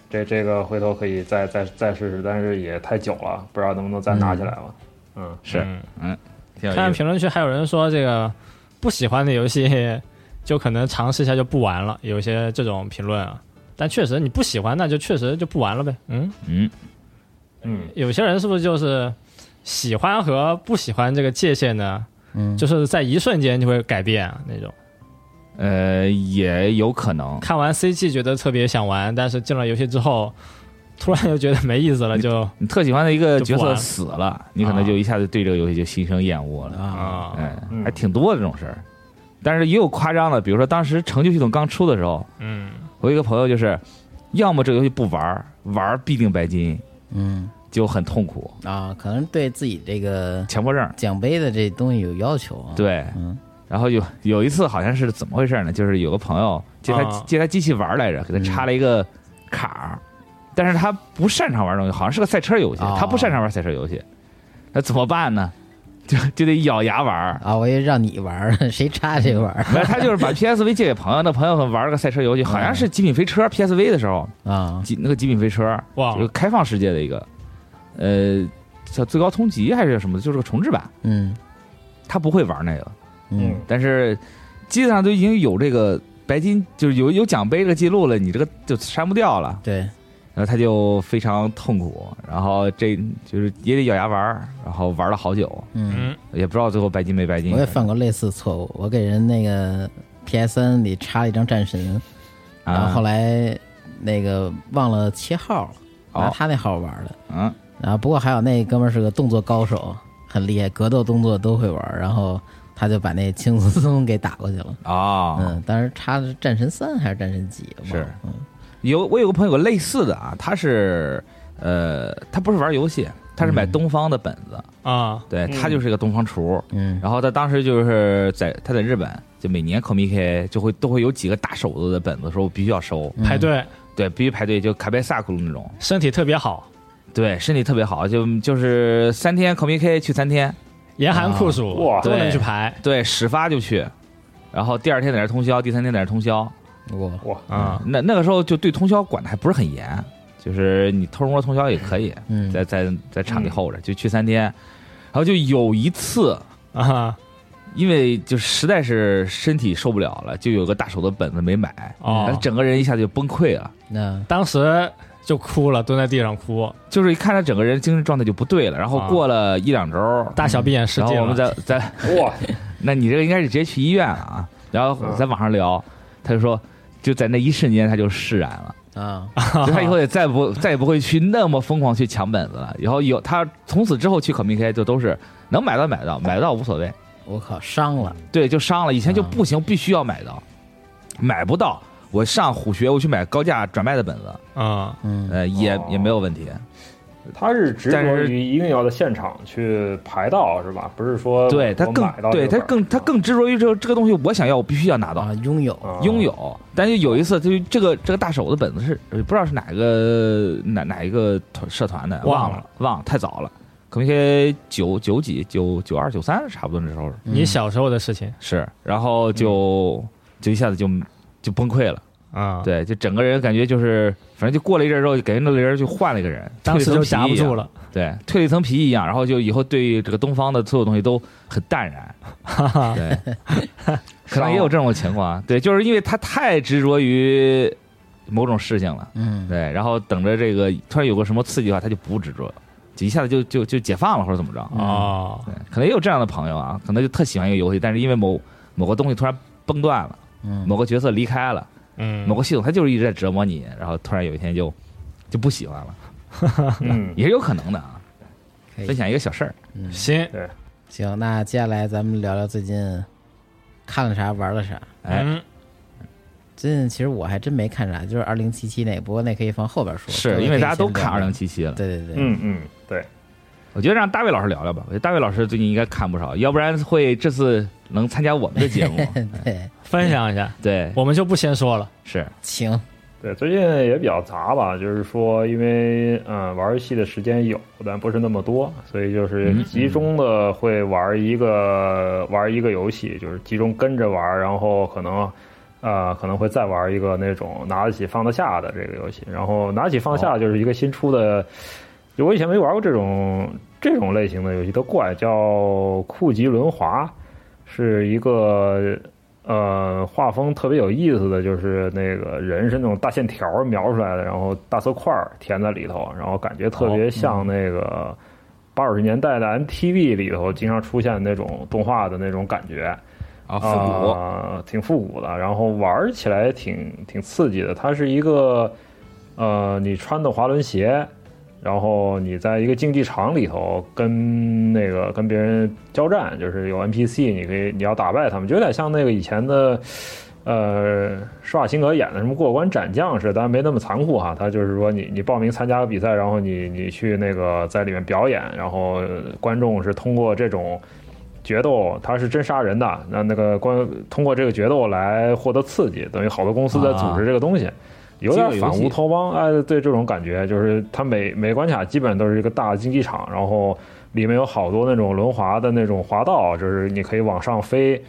这这个回头可以再再再试试，但是也太久了，不知道能不能再拿起来了。嗯，
是，
嗯
嗯，挺有意思
看评论区还有人说这个不喜欢的游戏就可能尝试一下就不玩了，有一些这种评论啊。但确实你不喜欢，那就确实就不玩了呗。嗯，
嗯，
嗯
有些人是不是就是喜欢和不喜欢这个界限呢？
嗯，
就是在一瞬间就会改变啊那种。
呃，也有可能。
看完 CG 觉得特别想玩，但是进了游戏之后，突然就觉得没意思了，就
你特喜欢的一个角
就不玩
色
了
死了，你可能就一下子对这个游戏就心生厌恶了。
啊，
啊，
哎，
嗯
还挺多的这种事儿。但是也有夸张的，比如说当时成就系统刚出的时候，
嗯，
我有一个朋友就是，要么这个游戏不玩儿，玩儿必定白金，
嗯
就很痛苦，
啊，可能对自己这个
强迫症。
奖杯的这东西有要求啊。，
对，
嗯
然后有有一次好像是怎么回事呢？就是有个朋友借他、
啊
借他机器玩来着，给他插了一
嗯
个卡儿，但是他不擅长玩这种游戏，好像是个赛车游戏，
哦
他不擅长玩赛车游戏，那怎么办呢？ 就就得咬牙玩儿。
啊，我也让你玩儿， 谁插谁玩儿
没有他就 是把 PSV 借给朋友，那朋友玩了个赛车游戏，好像是
嗯
极品飞车 PSV 的时候，
啊？
极那个极品飞车，
哇
就是开放世界的一个，呃，叫最高通缉还是叫什么，就是个重置版。
嗯
他不会玩那个，
嗯
但是机子上都已经有这个白金，就是有有奖杯这个记录了，你这个就删不掉了。
对，
然后他就非常痛苦，然后这就是也得咬牙玩儿，然后玩了好久，
嗯，
嗯，
也不知道最后白金没白金。
我也犯过类似错误，我给人那个 PSN 里插了一张战神，然后
啊
后，来那个忘了切号了，拿
哦
他那号玩儿的。
嗯，
然后啊不过还有那哥们儿是个动作高手，很厉害，格斗动作都会玩儿，然后他就把那轻松松给打过去了。
哦，
嗯，当时插的是战神三还是战神几？我忘了
是有我有个朋友有个类似的啊，他是呃，他不是玩游戏，他是买
嗯
东方的本子，
啊，
对他
嗯
就是一个东方厨，
嗯
然后他当时就是在他在日本，就每年 Comic 就会都会有几个大手子的本子，说我必须要收，
嗯，
排队，
对，必须排队，就卡贝萨库鲁那种，
身体特别好，
对，身体特别好，就就是三天 Comic 去三天，
严寒酷暑
哇
都能
对
去排
对，始发就去，然后第二天在那儿通宵，第三天在那儿通宵，
我
啊。
那那个时候就对通宵管的还不是很严，就是你偷摸通宵也可以，
嗯
在在在厂里
嗯
候着，就去三天，然后就有一次。
啊
因为就实在是身体受不了了，就有个大手的本子没买，
哦
他整个人一下就崩溃了。
那
当时就哭了，蹲在地上哭，
就是一看他整个人精神状态就不对了，然后
啊
过了一两周，
大小闭眼失
嗯然后
禁
我们
了。
再再，
哇，
那你这个应该是直接去医院了啊。然后在网上聊，他就说，就在那一瞬间他就释然 了，
啊，
就他以后也再不 再也不会去那么疯狂去抢本子了。以后有他从此之后去可密 K 就都是能买到买到，买不到无所谓。
我靠，伤了，
对，就伤了，以前就
啊
不行，必须要买到，买不到我上虎穴我去买高价转卖的本子，
嗯，
嗯
呃，也
哦
也没有问题。
他是执
但
着
是
于一定要在现场去排到是吧？不是说
对他
呃我
更
买到
对
这
他
个
更他更执着于这个这个东西，我想要，我必须要拿到。
啊，拥有
啊
拥有，但是有一次，就是这个这个大手的本子是呃不知道是哪个哪哪一个团社团的，
忘
忘
了
了忘了太早了，可能该九九几九九二九三差不多那时候
嗯
你小时候的事情
是，然后就、就一下子就就崩溃了，
嗯啊，，
对，就整个人感觉就是反正就过了一阵儿之后，感觉那个人就换了一个人，
当时就夹不住
了，
了，
对，蜕了一层皮一样，然后就以后对这个东方的所有东西都很 淡然，
哈哈，
对，可能也有这种情况。啊对，就是因为他太执着于某种事情了，
嗯
对，然后等着这个突然有个什么刺激的话，他就不执着了，就一下子就就就解放了或者怎么
嗯
着。
哦，
嗯对，可能也有这样的朋友啊，可能就特喜欢一个游戏，但是因为某某个东西突然崩断了，
嗯
某个角色离开了，
嗯，
某个系统，它就是一直在折磨你，然后突然有一天就就不喜欢了，
嗯
也是有可能的啊。
可以
分享一个小事儿，
嗯，
心，
行，那接下来咱们聊聊最近看了啥，玩了啥。
哎
嗯，
最近其实我还真没看啥，就是二零七七那个，不过那可以放后边说，
是因为大家都看二零
看。
七七了。
对对对，
嗯嗯，对，
我觉得让大卫老师聊聊吧，我觉得大卫老师最近应该看不少，要不然会这次能参加我们的节 目。
对，
分享一下，
对，
我们就不先说了。
是
行，
对，最近也比较杂吧，就是说，因为嗯，玩游戏的时间有，但不是那么多，所以就是
嗯
集中的会玩一个、玩一个游戏，就是集中跟着玩，然后可能呃可能会再玩一个那种拿得起放得下的这个游戏，然后拿得起放得下就是一个新出的，就我以前没玩过这种这种类型的游戏，都怪叫酷极轮滑，是一个呃，画风特别有意思的就是那个人是那种大线条儿描出来的，然后大色块儿填在里头，然后感觉特别像那个八九十年代的 MTV 里头经常出现的那种动画的那种感觉，
啊，复古，
啊、挺复古的，然后玩起来挺挺刺激的。它是一个呃，你穿的滑轮鞋，然后你在一个竞技场里头跟那个跟别人交战，就是有 NPC，你可以你要打败他们，就有点像那个以前的，呃，施瓦辛格演的什么过关斩将似的，当然没那么残酷哈。他就是说你你报名参加个比赛，然后你你去那个在里面表演，然后呃观众是通过这种决斗，他是真杀人的，那那个关通过这个决斗来获得刺激，等于好多公司在组织这个东西。有点反乌托邦，哎，对这种感觉，就是它每每关卡基本都是一个大竞技场，然后里面有好多那种轮滑的那种滑道，就是你可以往上飞，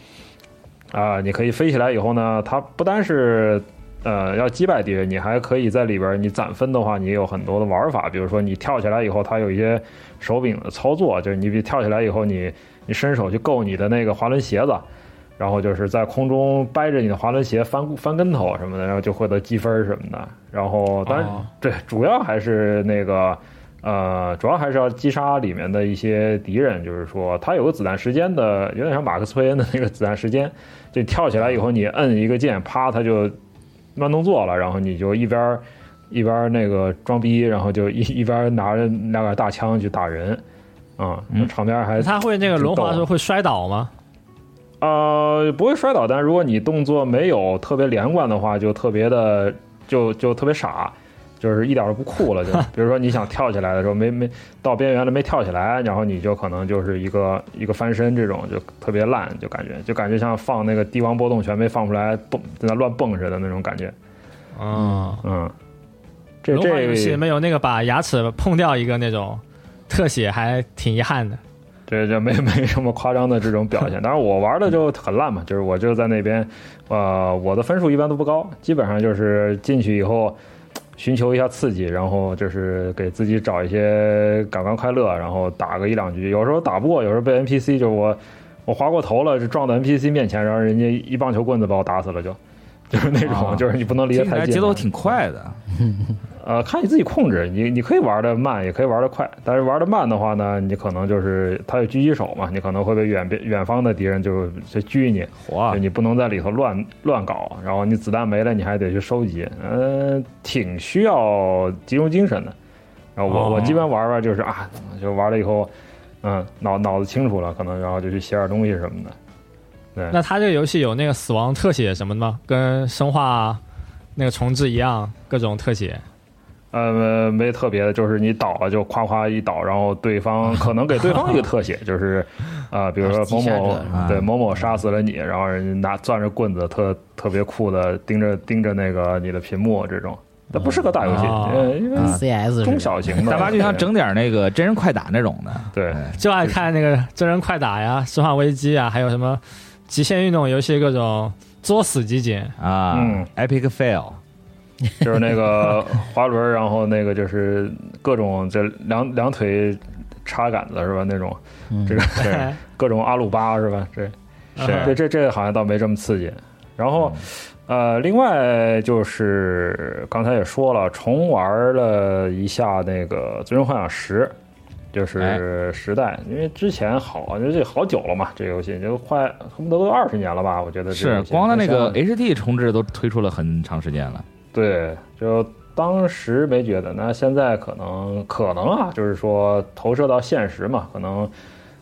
啊、你可以飞起来以后呢，它不单是呃要击败敌人，你还可以在里边儿你攒分的话，你有很多的玩法，比如说你跳起来以后，它有一些手柄的操作，就是你比跳起来以后你，你伸手去够你的那个滑轮鞋子。然后就是在空中掰着你的滑轮鞋翻翻跟头什么的，然后就获得积分什么的。然后当然、
哦
对，主要还是那个呃，主要还是要击杀里面的一些敌人，就是说它有个子弹时间的，有点像马克思韦恩的那个子弹时间，就你跳起来以后你摁一个键，啪它就慢动作了，然后你就一边儿一边儿那个装逼，然后就一一边儿拿着拿杆大枪去打人。啊、
嗯
场面还
他会那个轮滑的时候会摔倒吗？
呃，不会摔倒，但如果你动作没有特别连贯的话，就特别的就就特别傻，就是一点都不酷了。就比如说你想跳起来的时候，没没到边缘了没跳起来，然后你就可能就是一个一个翻身这种，就特别烂，就感觉就感觉像放那个帝王波动拳没放出来，蹦在那乱蹦似的那种感觉。
嗯，
嗯，这
轮滑游戏里
这
面有那个把牙齿碰掉一个那种特写，还挺遗憾的。
哎这就没没什么夸张的这种表现。当然我玩的就很烂嘛，就是我就在那边，呃，我的分数一般都不高，基本上就是进去以后寻求一下刺激，然后就是给自己找一些感官快乐，然后打个一两局，有时候打不过，有时候被 NPC 就是我我划过头了，就撞到 NPC 面前，然后人家一棒球棍子把我打死了就。就是那种，
啊
就是你不能离
听
得
起
太
来
近。
节奏挺快的，
呃，看你自己控制，你你可以玩的慢，也可以玩的快。但是玩的慢的话呢，你可能就是它有狙击手嘛，你可能会被远边远方的敌人就就狙你，
火
就你不能在里头乱乱搞。然后你子弹没了，你还得去收集，嗯、挺需要集中精神的。然后我、
哦
我基本玩玩就是啊，就玩了以后，嗯，脑脑子清楚了，可能然后就去写点东西什么的。对
那他这个游戏有那个死亡特写什么的吗？跟生化那个重置一样，各种特写。
呃，没特别的，就是你倒了就夸夸一倒，然后 对方可能给对方一个特写，就是，啊，比如说某
击杀
某
者是
吧
对某某杀死了你，然后人家拿攥着棍子，特特别酷的盯着盯着那个你的屏幕这种，它不是个大游戏，
哦
呃
嗯
因为
跟 CS 似的
中小型的，
啊大妈就想整点那个真人快打那种的，
对
哎
就爱看那个真人快打
哎
呀、生化危机啊，还有什么极限运动游戏各种作死集锦。
啊
嗯
，Epic Fail，
就是那个滑轮儿，然后那个就是各种这两两腿插杆子是吧？那种
嗯
这个对各种阿鲁巴是吧？这这
是
这这好像倒没这么刺激。然
嗯
后，呃，另外就是刚才也说了，重玩了一下那个《最终幻想十》，
哎
就是时代，因为之前好，因为这好久了嘛，这游戏就快恨不得都二十年了吧？我觉得这
是
游戏
光它那个
像
HD 重置都推出了很长时间了，
对，就当时没觉得，那现在可能可能啊，就是说投射到现实嘛，可能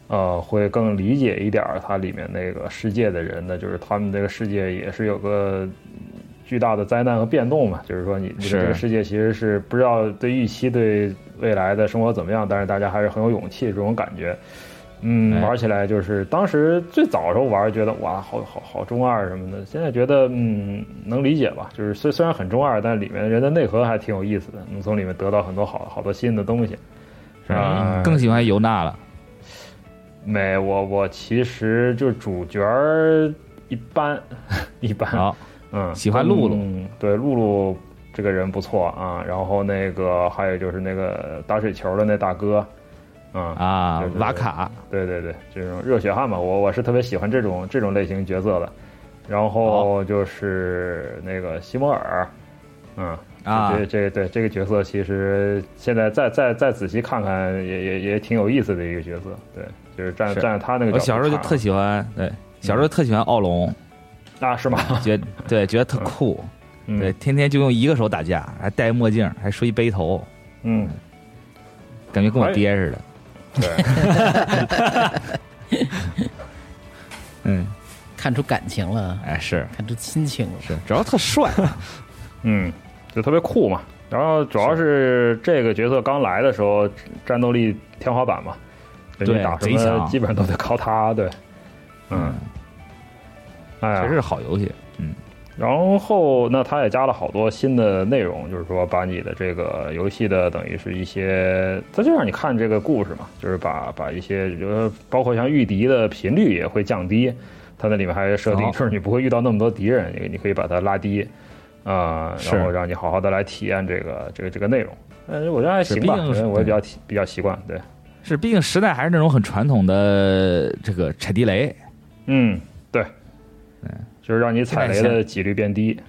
呃会更理解一点儿它里面那个世界的人呢，就是他们这个世界也是有个巨大的灾难和变动嘛，就是说你你
是
的这个世界其实是不知道对预期对未来的生活怎么样，但是大家还是很有勇气这种感觉。嗯，
哎
玩起来就是当时最早的时候玩，觉得哇，好好好中二什么的。现在觉得嗯，能理解吧？就是虽虽然很中二，但里面人的内核还挺有意思的，能从里面得到很多好好多新的东西。
是
啊
吧？更喜欢尤娜了，
没，我我其实就主角儿一般 一般，
好，
嗯，
啊喜欢露露
嗯，对，露露这个人不错啊。然后那个还有就是那个打水球的那大哥，嗯，
啊
对对，对
瓦卡，
对对对，这种热血汉嘛，我我是特别喜欢这种这种类型角色的。然后就是那个西摩尔，嗯
啊
这这对这个角色其实现在再再再仔细看看也，也也挺有意思的一个角色。对，就是站
是
站在他那个角度
我小时候就
看啊
特喜欢，对，小时候特喜欢奥龙，
啊，是吗？
觉得 对觉得特酷，
嗯
对，天天就用一个手打架，还戴墨镜，还梳一背头，
嗯，
感觉跟我爹似的。
对，
嗯，
看出感情了，
哎，是
看出亲情了。
是，主要特帅，
啊嗯，就特别酷嘛。然后主要是这个角色刚来的时候，战斗力天花板嘛，人家
对
打什
贼
么
强
基本上都得靠他。对，嗯，哎呀，
确实是好游戏。嗯，
然后那它也加了好多新的内容，就是说把你的这个游戏的等于是一些，它就让你看这个故事嘛，就是把把一些，比如说包括像御敌的频率也会降低，它那里面还设定
哦
就是你不会遇到那么多敌人，你你可以把它拉低，啊、
是
然后让你好好的来体验这个这个这个内容。嗯，我觉得还行
是
吧，
毕竟
因
是
为我也比较习比较习惯，对，
是，毕竟时代还是那种很传统的这个踩地雷。
嗯，对，就是让你踩雷
现在
的几率变低，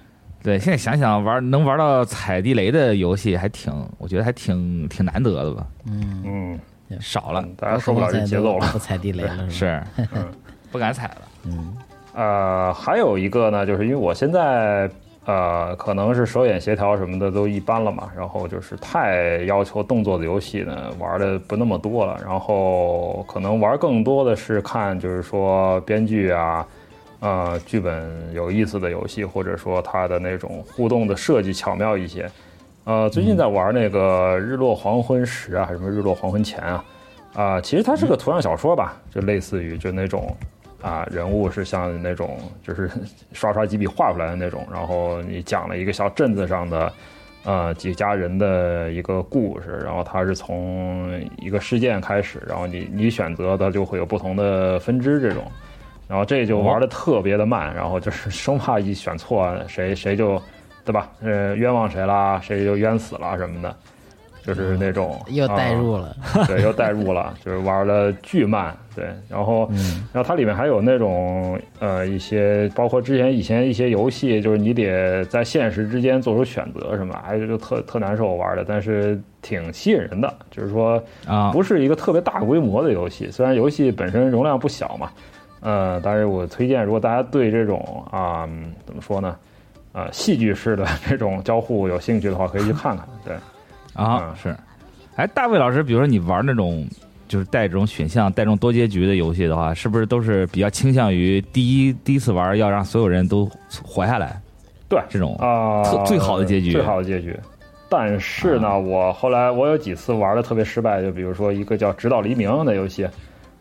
对，现在想想玩能玩到踩地雷的游戏，还挺，我觉得还挺挺难得的吧，
嗯，
嗯，
少了
大家受不了这节奏了。
不踩地雷 了，吧？
是
嗯，
不敢踩了。
嗯，
呃，还有一个呢，就是因为我现在呃，可能是手眼协调什么的都一般了嘛，然后就是太要求动作的游戏呢，玩的不那么多了，然后可能玩更多的是看就是说编剧啊。呃，剧本有意思的游戏，或者说它的那种互动的设计巧妙一些。呃，最近在玩那个《日落黄昏时》啊，还是什么《日落黄昏前》啊，啊、其实它
嗯
是个图像小说吧，就类似于就那种啊，人物是像那种就是 刷刷几笔画出来的那种，然后你讲了一个小镇子上的呃几家人的一个故事，然后它是从一个事件开始，然后你你选择它就会有不同的分支这种，然后这就
哦
玩的特别的慢，然后就是 生怕一选错谁谁就对吧，呃冤枉谁啦，谁就冤死了什么的，就是那种
哦又代
啊
入了。
对，又代入了，就是玩的巨慢，对，然后，
嗯
然后它里面还有那种呃一些，包括之前以前一些游戏，就是你得在现实之间做出选择什么，哎，就特特难受玩的，但是挺吸引人的，就是说
啊，
不是一个特别大规模的游戏，虽然游戏本身容量不小嘛，呃，但是我推荐如果大家对这种啊、嗯怎么说呢，呃戏剧式的 这种交互有兴趣的话，可以去看看，对。
啊
嗯，
是。哎，大卫老师，比如说你玩那种就是带这种选项、带这种多结局的游戏的话，是不是都是比较倾向于第一第一次玩要让所有人都活下来？
对
这种
啊、
特最好的结局
最好的结局。但是呢，
啊
我后来我有几次玩的特别失败，就比如说一个叫《直到黎明》的游戏，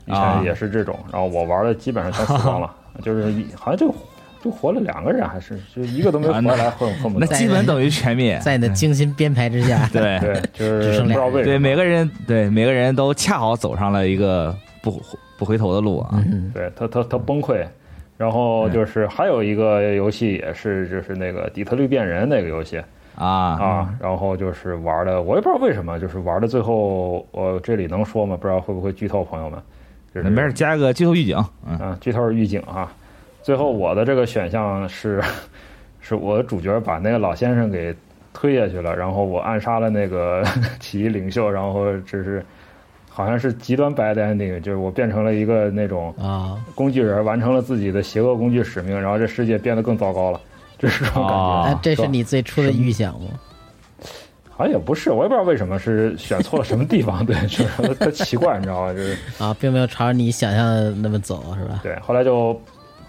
以
啊
前也是这种，然后我玩的基本上全死 光了，就是一好像就就活了两个人，还是就一个都没活
啊
下
那
来，恨恨不
那
得。
基本等于全灭。
在你的精心编排之 下，
对
对，就是
只剩
不知
俩
道为
对，
什么。
每个人对每个人都恰好走上了一个不不回头的路啊。
嗯，
对他他他崩溃。然后
嗯
就是还有一个游戏也是就是那个《底特律变人》那个游戏，
啊
啊，然后就是玩的，我也不知道为什么，就是玩的最后，我这里能说吗？不知道会不会剧透朋友们，就是
没事，加个剧透预警。嗯，
啊，剧透预警啊。最后我的这个选项是， 是我的主角把那个老先生给推下去了，然后我暗杀了那个 起义领袖，然后就是好像是极端 bad ending，就是我变成了一个那种
啊，
工具人，完成了自己的邪恶工具使命，然后这世界变得更糟糕了，就是这种感觉。
哦
那哎这是你最初的预想吗？
好像也不是，我也不知道为什么是选错了什么地方， 对，就是特奇怪，你知道吗？就是
啊，并没有朝着你想象的那么走，是吧？
对，后来就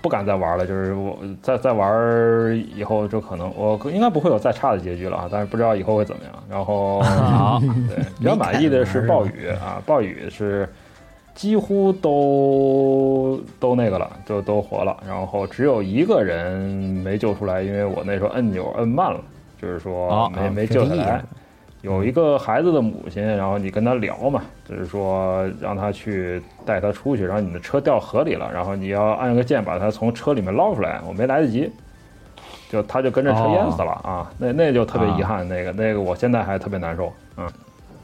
不敢再玩了，就是我再再玩儿以后，就可能我应该不会有再差的结局了啊，但是不知道以后会怎么样。然后
好，
对，比较满意的是暴雨啊，暴雨是几乎都都那个了，就都活了。然后只有一个人没救出来，因为我那时候按钮摁慢了，就是说
哦
没、
哦
没救下
这个意
来
思。
有一个孩子的母亲，然后你跟他聊嘛，就是说让他去带他出去，然后你的车掉河里了，然后你要按个键把他从车里面捞出来，我没来得及，就他就跟着车淹死了啊，那那就特别遗憾，那个那个我现在还特别难受，嗯。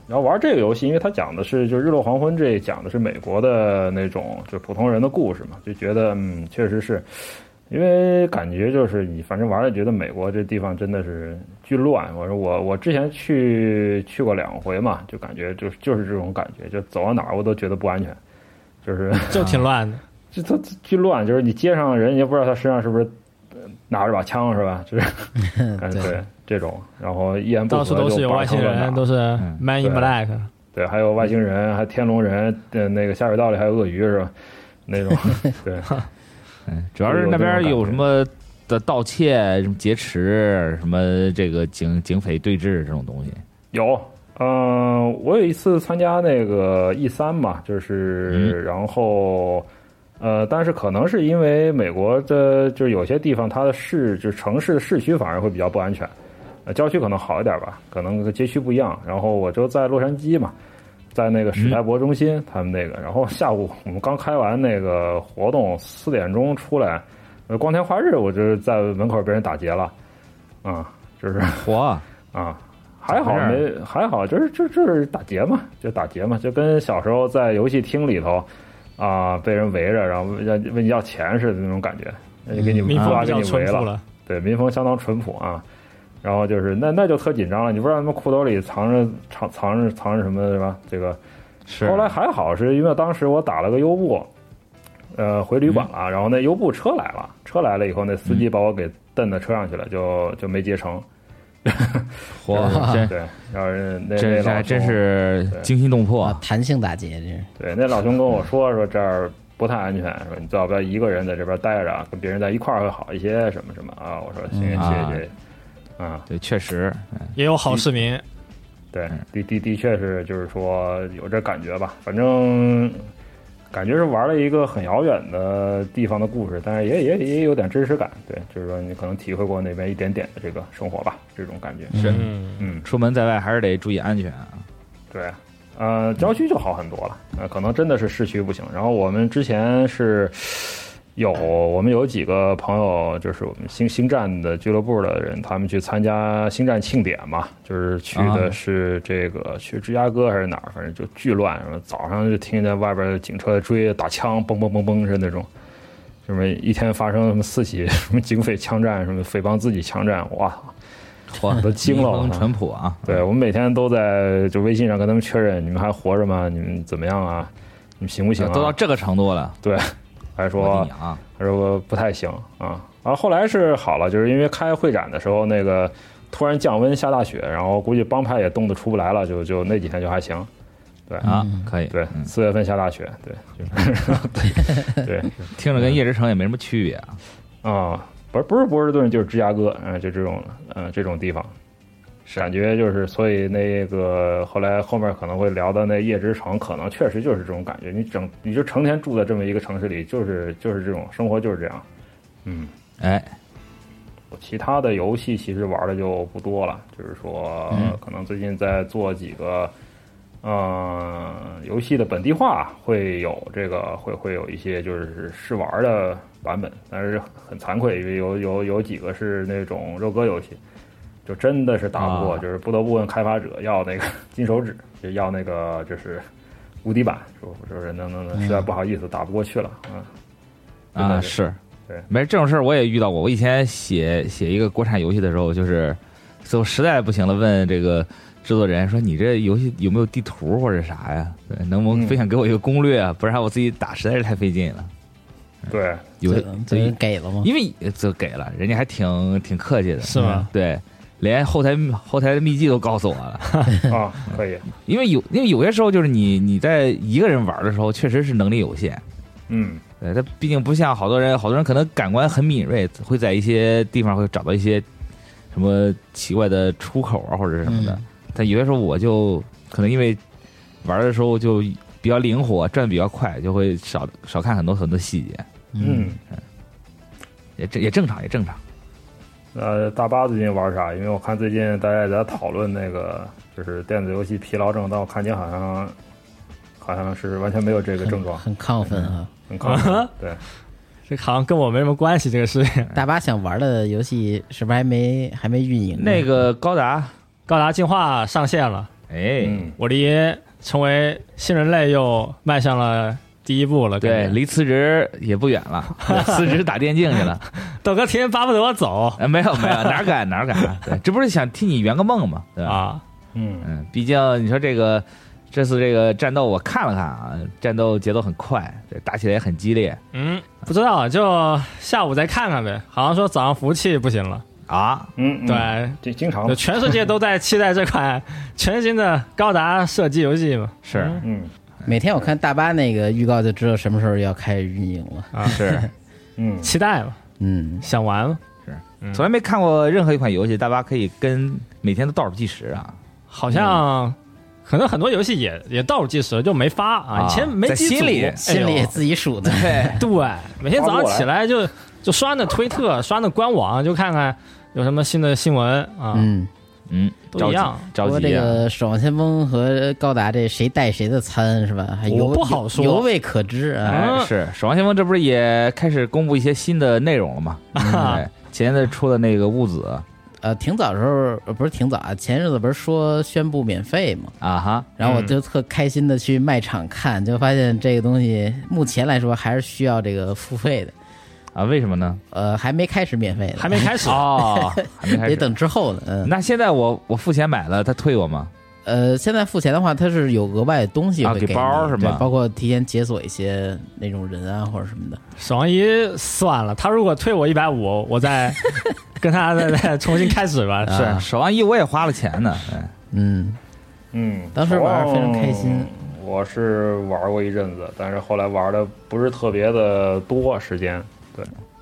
然后玩这个游戏，因为它讲的是就《日落黄昏》这讲的是美国的那种就普通人的故事嘛，就觉得嗯，确实是因为感觉就是你反正玩了觉得美国这地方真的是巨乱。我说我我之前去去过两回嘛，就感觉就是就是这种感觉，就走到哪儿我都觉得不安全，就是
就挺乱的。
就它巨乱，就是你街上人也不知道他身上是不是呃拿着把枪是吧？就是感觉
对
嗯对这种，然后一言不
到
合
处都
就是
有
拔
外星
枪乱
人，
打
都是 Man in
对
Black，
对，还有外星人，还天龙人，呃，那个下水道里还有鳄鱼是吧？那 种对，
嗯，主要是那边有什么的盗窃、什么劫持、什么这个警警匪对峙这种东西。
有，嗯、我有一次参加那个 E 三嘛，就是、然后，呃，但是可能是因为美国的，就是有些地方它的市，就是城市的市区反而会比较不安全，呃，郊区可能好一点吧，可能街区不一样。然后我就在洛杉矶嘛，在那个史泰博中心，他们那个，然后下午我们刚开完那个活动，四点钟出来，呃，光天化日，我就是在门口被人打劫了，啊、就是。
嚯，
啊，还好
咋回
没还好，就是就就是打劫嘛，就打劫嘛，就跟小时候在游戏厅里头啊被人围着，然后问要问你要钱似的那种感觉，那就给你
嗯民风
抓
比
给
较
你围
淳朴
了，
了，
对，民风相当淳朴啊。然后就是那那就特紧张了，你不知道他们裤兜里藏着藏藏着藏着什么是吧？这个
是
后来还好，是因为当时我打了个优步，呃，回旅馆了，然后那优步车来了，车来了以后，那司
嗯
机把我给蹬到车上去了，就就没接成。
嚯，嗯真
对，然后那那
真
那
是
老
还真
头
是
对
惊心动
啊
魄，，
弹性打劫这是。
对，那老兄跟我说说这儿不太安全，说你最好不要一个人在这边待着啊，跟别人在一块儿会好一些，什么什么啊。我说行，
嗯
啊
谢谢，啊，
对，确实，
也有
嗯
好市民。
对
嗯，
的的的确是就是说有这感觉吧，反正感觉是玩了一个很遥远的地方的故事，但是也也也有点真实感，对，就是说你可能体会过那边一点点的这个生活吧，这种感觉，
是
嗯，
嗯，
出门在外还是得注意安全啊。
对，呃，郊区就好很多了，呃，可能真的是市区不行。然后我们之前是有我们有几个朋友，就是我们星星战的俱乐部的人，他们去参加星战庆典嘛，就是去
啊
的是这个、去芝加哥还是哪儿，反正就巨乱，什么早上就听见外边警车追打枪，嘣嘣嘣嘣是那种。什么一天发生什么四起 什么警匪枪战，什么匪帮自己枪战，哇！
嚯，
都惊了我
民风
操
淳朴啊，
对，我们每天都在就微信上跟他们确认，你们还活着吗？你们怎么样啊？你们行不行
呃都到
啊？
这个程度了，
还
我的啊
说
娘！
还说不太行啊。然后后来是好了，就是因为开会展的时候那个突然降温下大雪，然后估计帮派也冻得出不来了，就就那几天就还行。
啊
嗯，
可以，
对，
嗯
四月份下大雪，对， 就是 对对
听着跟叶之城也没什么区别啊。
啊，不是不是波士顿就是芝加哥，嗯、就这种嗯、这种地方，
是
感觉就是，所以那个后来后面可能会聊到那夜之城，可能确实就是这种感觉。你整你就成天住在这么一个城市里，就是就是这种生活就是这样。嗯，
哎，
其他的游戏其实玩的就不多了，就是说、
嗯
可能最近在做几个，呃，游戏的本地化会有这个会会有一些就是试玩的版本，但是很惭愧，因为有有有几个是那种肉鸽游戏，就真的是打不过，
啊
就是不得不问开发者要那个 金手指，就要那个就是无敌版，说就是能能能，实在不好意思打不过去了，嗯，真
啊
的是
是，
对
没事这种事儿我也遇到过。我以前写写一个国产游戏的时候，就是最后实在不行了，问这个制作人说：“你这游戏有没有地图或者啥呀？对，能不能
嗯
分享给我一个攻略啊？不然我自己打实在是太费劲了。
对，”
有
这
的，
这人给了吗？
因为就给了，人家还挺挺客气的，
嗯
嗯
是吗？
对，连后台后台的秘籍都告诉我了。
啊，可以，
因为有因为有些时候就是你你在一个人玩的时候，确实是能力有限。
嗯，
对，他毕竟不像好多人，好多人可能感官很敏锐，会在一些地方会找到一些什么奇怪的出口啊，或者是什么的。
嗯
但有些时候我就可能因为玩的时候就比较灵活，转得比较快，就会少少看很多很多细节，
嗯
嗯，
也正也正常，也正常。
呃，大巴最近玩啥？因为我看最近大家也在讨论那个，就是电子游戏疲劳症，但我看你好像好像是完全没有这个症 状，
很亢奋啊！
很亢奋。对，
这好像跟我没什么关系，这个事
嗯
情。
大巴想玩的游戏是不是还没还没运营呢？
那个高达，
高达进化上线了，
哎，
嗯，
我离成为新人类又迈向了第一步了。
对，
感觉
离辞职也不远 了，辞职打电竞去了。
豆哥天天巴不得我走
哎，没有没有，哪儿敢哪儿 敢，对，这不是想替你圆个梦嘛，对吧？
啊，
嗯，
嗯，毕竟你说这个这次这个战斗我看了看啊，战斗节奏很快，对，打起来也很激烈。
嗯，不知道就下午再看看呗。好像说早上服务器不行了，
啊，
嗯，嗯，
对，
就经常
就，全世界都在期待这款全新的高达射击游戏嘛。
是
嗯
每天我看大巴那个预告就知道什么时候要开始运营了。
啊，
是，
嗯，
期待嘛，
嗯，
想玩嘛，嗯
从来没看过任何一款游戏，大巴可以跟每天都倒数计时啊，
好
嗯
像可能很多游戏也也倒数计时了就没发啊，
啊
以前没
在
机
心
组
里
哎呦
心里自己数呢。
对，
对，每天早
划
上
不过来
起来就就刷那推特，刷那官网，就看看有什么新的新闻啊，
嗯，
嗯，
都一样。
着急，
说
着急
这
啊
个《守望先锋》和高达这谁带谁的餐是吧？还
我
犹
不好说
犹未可知啊。
哎，
嗯
是《守望先锋》这不是也开始公布一些新的内容 了吗？嗯对，前阵子出的那个物子
呃，挺早的时候呃不是挺早啊，前日子不是说宣布免费嘛，
啊哈，
然后我就特开心的去卖场看，就发现这个东西目前来说还是需要这个付费的，
啊，为什么呢？
呃，还没开始免费的，
还没开始，
哦，还没开
得
始。
等之后呢。嗯，
那现在我我付钱买了，他退我吗？
呃，现在付钱的话，它是有额外的东西
啊
会
给
你
包儿是
对
吗
包括提前解锁一些那种人啊或者什么的。
守望一算了，他如果退我一百五，我再跟他再再重新开始吧。
是《守望一》我也花了钱呢，哎
嗯，
嗯，
当时玩儿非常开心
守望。我是玩过一阵子，但是后来玩的不是特别的多时间。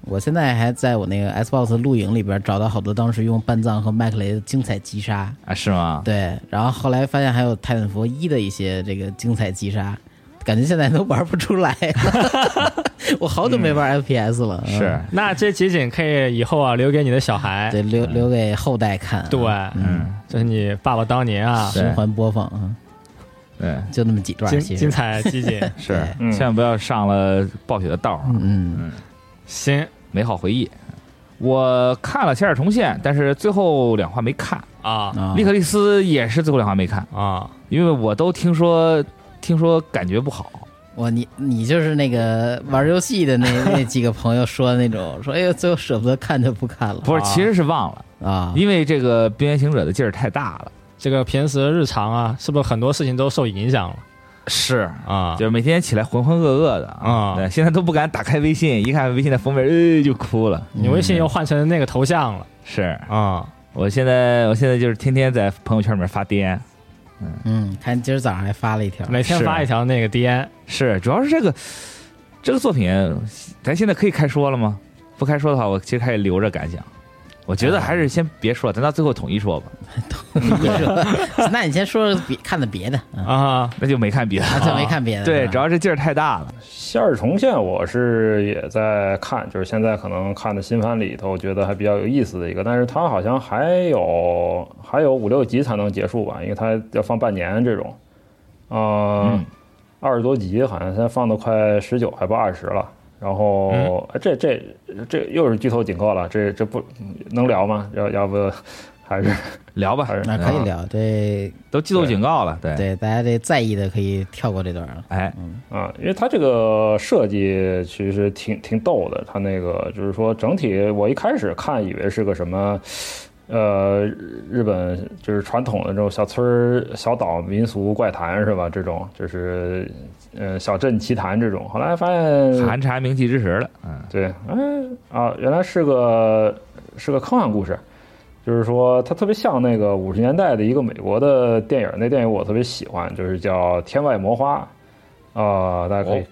我现在还在我那个 Xbox 录影里边找到好多当时用半藏和麦克雷的精彩击杀。
啊是吗？
对，然后后来发现还有《泰坦佛一》的一些这个精彩击杀，感觉现在都玩不出来了。 我好久没玩 FPS 了，嗯
是，
那这集锦可以以后啊留给你的小孩，
得留留给后代看啊。
对，
嗯，
这是你爸爸当年啊，
对
循环播放啊，
对，
就那么几段
精
儿，其实
精。彩集锦。
是
对，
嗯
千万不要上了暴雪的道儿，
嗯，
行
美好回忆。我看了《切尔重现》，但是最后两话没看，
啊
嗯啊
利克利斯》也是最后两话没看，
啊，
因为我都听说，听说感觉不好。
我你你就是那个玩游戏的那那几个朋友说的那种，说哎呦，最后舍不得看就不看了
不是，
啊
其实是忘了，
啊。
因为这个《边缘行者》的劲儿太大了。
这个平时日常啊，是不是很多事情都受影响了
是，
啊？
就是每天起来浑浑噩噩的
啊
对现在都不敢打开微信，一看微信的封面，呃，就哭了。
你微信又换成那个头像了
是
啊？
我现在，我现在就是天天在朋友圈里面发癫。
嗯，看今儿早上还发了一条，
每天
是
发一条那个 DN
是，主要是这个这个作品，咱现在可以开说了吗？不开说的话，我其实还得留着感想。我觉得还是先别说，咱到最后统一说吧。
那你先说说别看的 别的，嗯
啊，
那就没看别的。
啊，就没看别的。
对，
嗯
主要是劲儿太大了。
夏日重现我是也在看，就是现在可能看的新番里头，我觉得还比较有意思的一个，但是它好像还有还有五六集才能结束吧，因为它要放半年这种，呃，
嗯
二十多集，好像现在放到快十九还不二十了。然后、
嗯
哎这这这又是剧透警告了，这这不能聊吗？要要不还是
聊吧啊
还，是
那可以聊，这
都剧透警告了。对，
对大家这在意的可以跳过这段了。
哎，
啊，因为它这个设计其实挺挺逗的，它那个就是说整体，我一开始看以为是个什么，呃，日本就是传统的这种小村儿、小岛民俗怪谈是吧？这种就是呃小镇奇谈这种，后来发现
嗯
寒蝉鸣泣之时了。嗯，
对，嗯啊，原来是个是个科幻故事，就是说它特别像那个五十年代的一个美国的电影，那电影我特别喜欢，就是叫《天外魔花》，啊、大家可以、
哦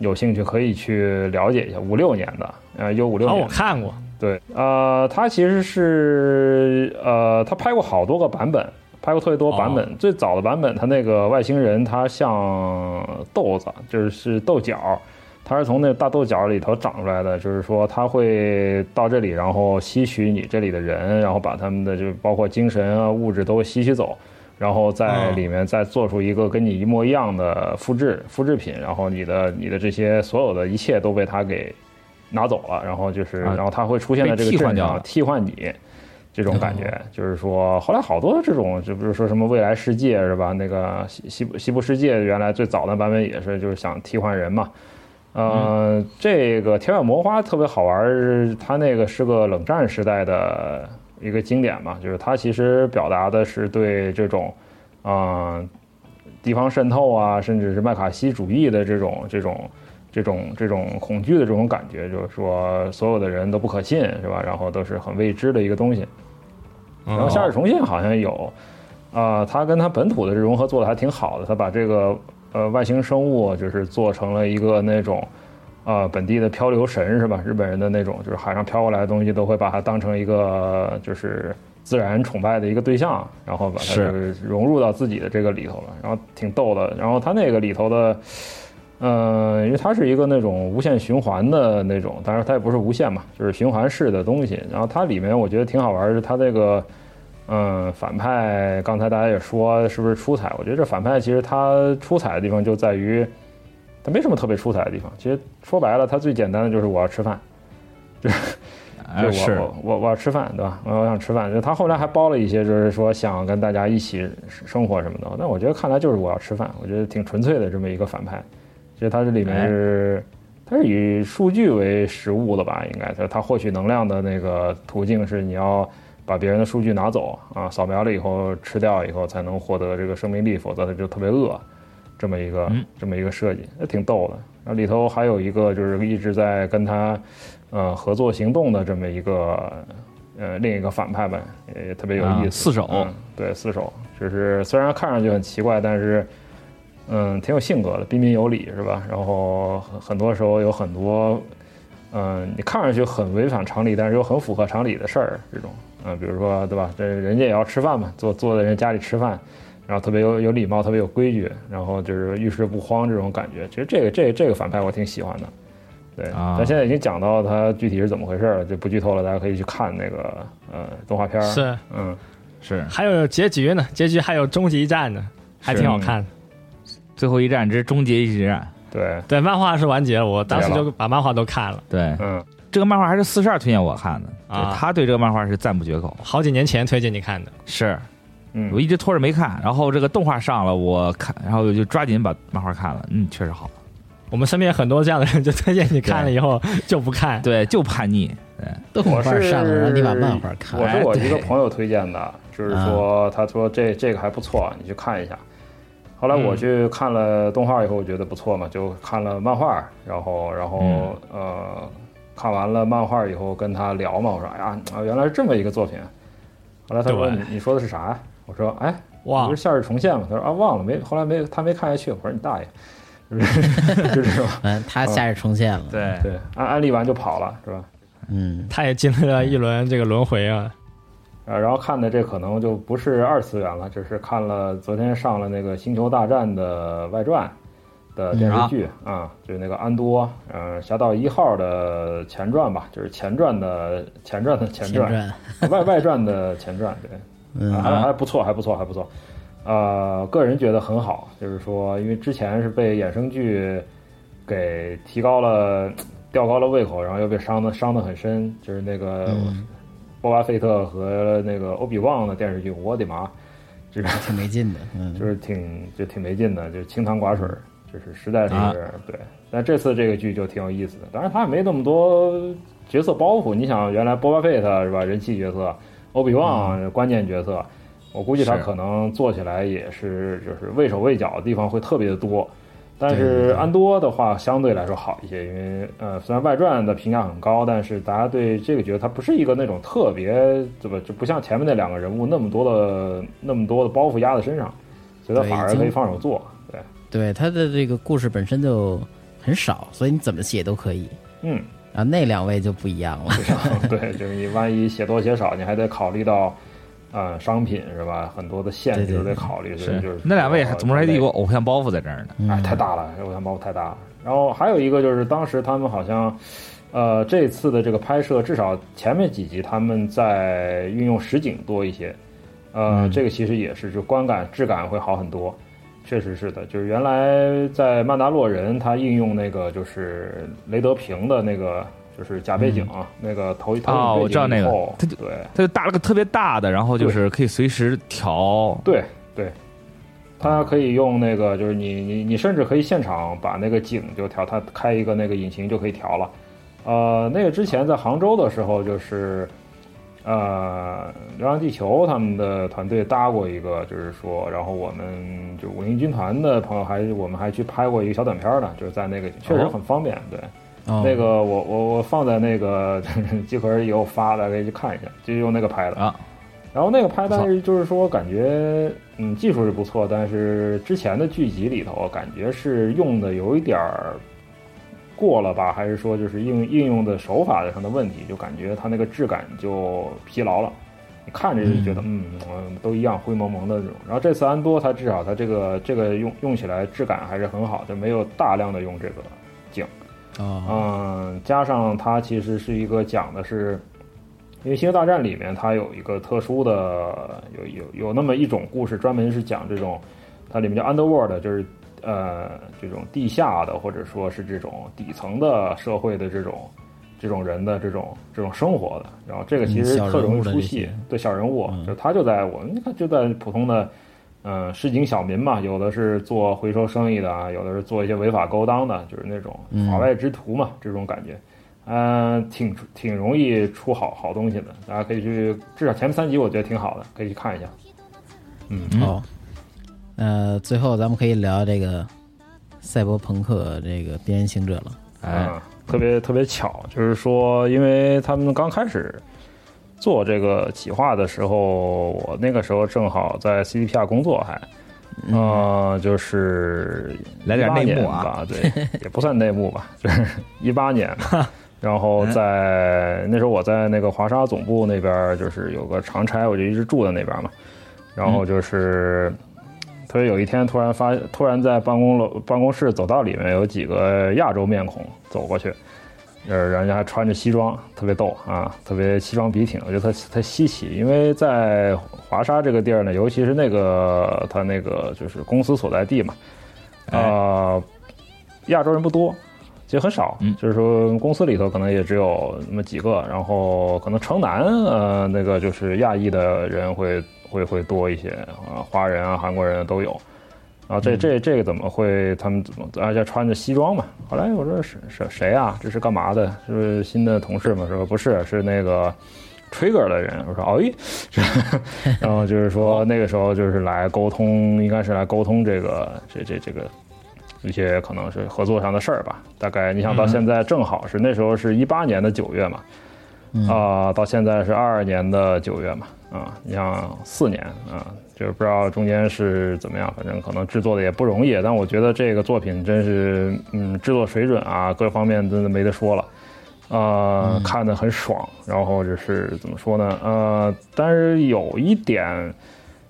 有兴趣可以去了解一下，五六年的，啊，有五六
然后哦
年
我
的，
看过
对，呃，他其实是呃，他拍过好多个版本，拍过特别多版
哦
本。最早的版本，他那个外星人他像豆子，就是是豆角，他是从那大豆角里头长出来的，就是说他会到这里，然后吸取你这里的人，然后把他们的就是包括精神啊、物质都吸取走。然后在
哦
里面再做出一个跟你一模一样的复制复制品，然后你的你的这些所有的一切都被他给拿走了，然后就是，
啊
然后他会出现在这个
被替换
镇
掉
上
了哦
替换你，这种感觉，就是说后来好多这种，就比如说什么未来世界是吧？那个西西部西部世界原来最早的版本也是就是想替换人嘛。呃，这个《天外魔花》特别好玩儿，是它那个是个冷战时代的一个经典嘛，就是它其实表达的是对这种，呃嗯、地方渗透啊，甚至是麦卡锡主义的这种这种这种这种恐惧的这种感觉，就是说所有的人都不可信，是吧？然后都是很未知的一个东西。然后夏日重现好像有，啊、它跟它本土的这融合做的还挺好的，它把这个呃外星生物就是做成了一个那种。啊、本地的漂流神是吧？日本人的那种，就是海上飘过来的东西，都会把它当成一个呃就是自然崇拜的一个对象，然后把它
是
就是融入到自己的这个里头了，然后挺逗的。然后它那个里头的，呃，因为它是一个那种无限循环的那种，当然它也不是无限嘛，就是循环式的东西。然后它里面我觉得挺好玩儿的，是它这个。嗯，反派刚才大家也说是不是出彩？我觉得这反派其实他出彩的地方就在于，他没什么特别出彩的地方。其实说白了，他最简单的就是我要吃饭，
哎
就是我我我我要吃饭，对吧？我我想吃饭。就他后来还包了一些，就是说想跟大家一起生活什么的。但我觉得看来就是我要吃饭，我觉得挺纯粹的这么一个反派。其实他这里面是，他是以数据为食物的吧？应该就是他获取能量的那个途径是你要把别人的数据拿走啊，扫描了以后吃掉以后才能获得这个生命力，否则他就特别饿。这么一个、
嗯
这么一个设计，那挺逗的。那里头还有一个就是一直在跟他呃合作行动的这么一个呃另一个反派吧，也也特别有
啊
意思。
四手
嗯，对，四手，就是虽然看上去很奇怪，但是嗯挺有性格的，彬彬有礼是吧？然后很很多时候有很多嗯你看上去很违反常理，但是又很符合常理的事儿，这种嗯、比如说对吧？这人家也要吃饭嘛，坐坐在人家里吃饭。然后特别有有礼貌，特别有规矩，然后就是遇事不慌这种感觉。其实这个这个、这个反派我挺喜欢的，对。
啊
咱现在已经讲到他具体是怎么回事了，就不剧透了，大家可以去看那个呃动画片儿。，
是，
嗯，
是
还有结局呢，结局还有终极一战呢，还挺好看的。
嗯
最后一战之终结一战。
对，
对，漫画是完结了，我当时
对了
就把漫画都看了
对，
嗯，
这个漫画还是四十二推荐我看的，对
啊
他对这个漫画是赞不绝口。
好几年前推荐你看的。
是
嗯
我一直拖着没看，然后这个动画上了，我看，然后我就抓紧把漫画看了。嗯，确实好。
我们身边很多这样的人，就推荐你看了以后就不看。
对，就叛逆。
动画
我是
上了，让你把漫画看
我
了。
是我一个
对
朋友推荐的，就是说他说这这个还不错，你去看一下。后来我去看了动画以后，我觉得不错嘛，就看了漫画，然后然后、
嗯
呃，看完了漫画以后跟他聊嘛，我说哎呀，啊原来是这么一个作品。后来他说
对
你你说的是啥呀？我说哎，
哇
不是，夏日重现嘛？他说啊忘了没，后来没他没看下去。我说你大爷， 就是就这种
嗯，他夏日重现
啊
了。
对
对，安安利完就跑了是吧？
嗯，
他也经历了一轮这个轮回啊。
呃，然后看的这可能就不是二次元了，只是看了昨天上了那个《星球大战》的外传的电视剧啊、就是那个安多，呃，《侠盗一号》的前传吧，就是前传的前传的前
前
传，
传，
外外传的前传，对，啊还还不错，还不错，还不错。呃，个人觉得很好，就是说，因为之前是被衍生剧给提高了、吊高了胃口，然后又被伤的伤的很深，就是那个、波巴费特和那个欧比旺的电视剧，我的妈，这个
挺没劲的。嗯，
就是挺就挺没劲的，就是清汤寡水儿，就是实在是、
啊
对。但这次这个剧就挺有意思的，当然他也没那么多角色包袱。你想，原来波巴费特是吧，人气角色，欧比旺关键角色，我估计他
是
可能做起来也是就是畏手畏脚的地方会特别的多。但
对对
是安多的话相对来说好一些，因为呃虽然外传的评价很高，但是大家对这个角色他不是一个那种特别怎么就不像前面那两个人物那么多的那么多的包袱压在身上，所以他
对
反
已
而
经
可以放手做。对，
对，他的这个故事本身就很少，所以你怎么写都可以。
嗯，
然后那两位就不一样
啊
了。
对，就是你万一写多写少，你还得考虑到呃商品是吧？很多的限制
对对
都得
对
考虑，所以就是
是那两位
比较
怎么说还得有
累
个偶像包袱在这儿呢？
嗯
哎，太大了，这偶像包袱太大了。然后还有一个就是，当时他们好像，呃，这次的这个拍摄，至少前面几集他们在运用实景多一些，呃，
嗯
这个其实也是，就观感质感会好很多。确实是的，就是原来在《曼达洛人》，他应用那个就是雷德平的那个就是假背景啊，那个投
嗯
投
哦
影
我
背
知道
景
那
以
个
后，
他就
对
它就搭了个特别大的，然后就是可以随时哦调。
对对，它可以用那个，就是你你你甚至可以现场把那个景就调，它开一个那个引擎就可以调了。呃，那个之前在杭州的时候，就是呃，流浪地球他们的团队搭过一个，就是说，然后我们就五零军团的朋友还我们还去拍过一个小短片呢，就是在那个确实很方便，对。
哦
那个我我我放在那个 集合也有发的，可以去看一下，就用那个拍的
啊。
然后那个拍，
不错
但是就是说感觉嗯技术是不错，但是之前的剧集里头感觉是用的有一点儿过了吧，还是说就是应应用的手法上的问题，就感觉它那个质感就疲劳了。你看着就觉得，嗯，嗯都一样灰蒙蒙的那种。然后这次安多，它至少它这个这个用用起来质感还是很好的，没有大量的用这个
哦
嗯，加上它其实是一个讲的是，因为《星球大战》里面它有一个特殊的，有有有那么一种故事，专门是讲这种，它里面叫 Underworld，就是呃这种地下的或者说是这种底层的社会的这种这种人的这种这种生活的。然后这个其
嗯
实
小
特
人
容
物
易
的
出
这
戏
些，
对小人物，
嗯
就他就在我们就在普通的。嗯，市井小民嘛，有的是做回收生意的啊，有的是做一些违法勾当的，就是那种
嗯
法外之徒嘛，这种感觉，嗯、挺挺容易出好好东西的，大家可以去，至少前面三集我觉得挺好的，可以去看一下。
嗯
哦，呃，最后咱们可以聊这个赛博朋克这个边缘行者了。
哎，
嗯，特别特别巧，就是说，因为他们刚开始做这个企划的时候，我那个时候正好在 CDPR 工作还。嗯，就是
来点内幕啊
18年吧，对，也不算内幕吧，就是一八年 嘛。然后
嗯
在那时候我在那个华沙总部那边儿，就是有个长差，我就一直住在那边儿嘛。然
嗯
后就是，特别有一天突然发，突然在办公楼办公室走道里面有几个亚洲面孔走过去，呃，人家还穿着西装，特别逗啊，特别西装笔挺，我觉得特特稀奇。因为在华沙这个地儿呢，尤其是那个他那个就是公司所在地嘛，呃，亚洲人不多，其实很少，
嗯
就是说公司里头可能也只有那么几个，然后可能城南呃那个就是亚裔的人会会会多一些啊、华人啊、韩国人都有。啊，这这这个怎么会？他们怎么？而且穿着西装嘛。后来我说是是谁啊？这是干嘛的？是不是新的同事嘛？说不是，是那个 Trigger 的人。我说哦咦，这 然后就是说那个时候就是来沟通，应该是来沟通这个这这这个一些可能是合作上的事儿吧。大概你想到现在正好是、那时候是一八年的九月嘛，
嗯
啊、到现在是二二年的九月嘛，啊，你像四年啊，就是不知道中间是怎么样，反正可能制作的也不容易，但我觉得这个作品真是，嗯，制作水准啊，各方面真的没得说了。啊，
嗯
看得很爽，然后就是怎么说呢？呃，但是有一点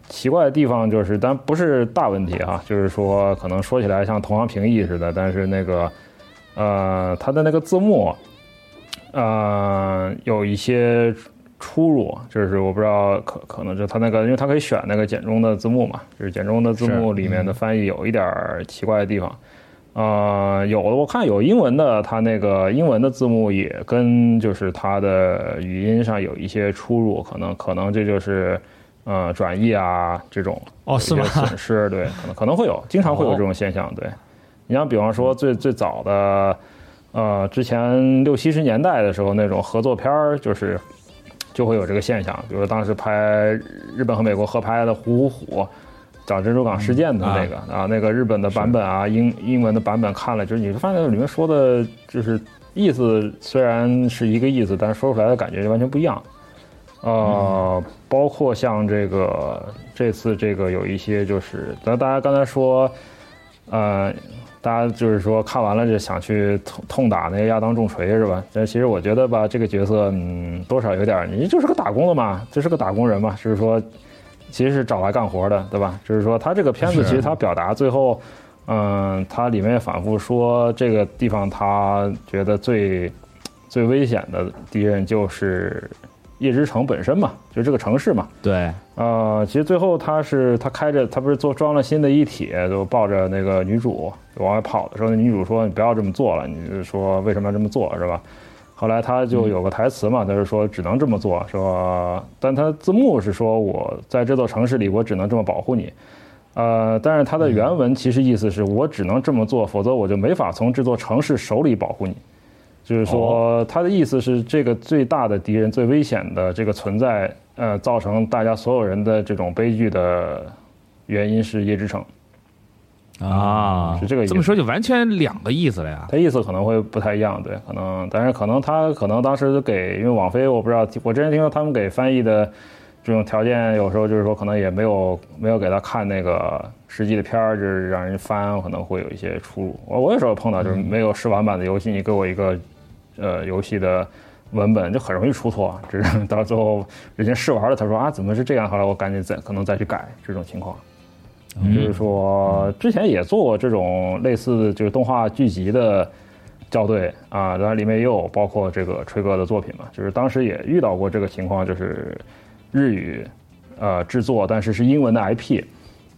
奇怪的地方就是，但不是大问题哈，就是说可能说起来像同行评议似的，但是那个呃，它的那个字幕呃有一些出入，就是我不知道可可能就它那个，因为它可以选那个简中的字幕嘛，就是简中的字幕里面的翻译有一点儿奇怪的地方。呃，有的我看有英文的，它那个英文的字幕也跟就是它的语音上有一些出入，可能可能这就是呃转译啊这种
哦，是吗
有一？些损失，对，可能可能会有，经常会有
哦
这种现象。对，你像比方说最最早的，呃，之前六七十年代的时候那种合作片儿，就是就会有这个现象。比如说当时拍日本和美国合拍的《虎虎虎》，讲珍珠港事件的那个、啊，那个日本的版本啊，英英文的版本看了，就是你发现里面说的，就是意思虽然是一个意思，但是说出来的感觉就完全不一样。呃，包括像这个这次这个有一些就是，咱大家刚才说，呃，大家就是说看完了就想去痛痛打那个亚当重锤是吧？但其实我觉得吧，这个角色嗯多少有点儿，你就是个打工的嘛，就是个打工人嘛，就是说其实是找来干活的，对吧？就是说他这个片子
是
其实他表达最后，嗯，他里面也反复说这个地方他觉得最最危险的敌人就是夜之城本身嘛，就这个城市嘛。
对，
呃，其实最后他是他开着他不是做装了新的一体，就抱着那个女主往外跑的时候，那女主说你不要这么做了，你就说为什么要这么做是吧？后来他就有个台词嘛，他就说只能这么做，说但他字幕是说我在这座城市里我只能这么保护你。呃，但是他的原文其实意思是我只能这么做，否则我就没法从这座城市手里保护你。就是
哦
说他的意思是这个最大的敌人、最危险的这个存在，呃，造成大家所有人的这种悲剧的原因是夜之城，
啊
是，这个意思。
这么说就完全两个意思了呀。
他意思可能会不太一样，对，可能，但是可能他可能当时给，因为网飞我不知道，我之前听说他们给翻译的这种条件，有时候就是说可能也没有没有给他看那个实际的片儿，就是让人翻，可能会有一些出入。我我有时候碰到就是没有试玩版的游戏，你给我一个呃游戏的文本，就很容易出错，啊只是到最后人家试玩了，他说啊怎么是这样，后来我赶紧再可能再去改这种情况。就是说之前也做过这种类似就是动画剧集的校对啊，然后里面也有包括这个吹哥的作品嘛，就是当时也遇到过这个情况，就是日语呃制作，但是是英文的 IP，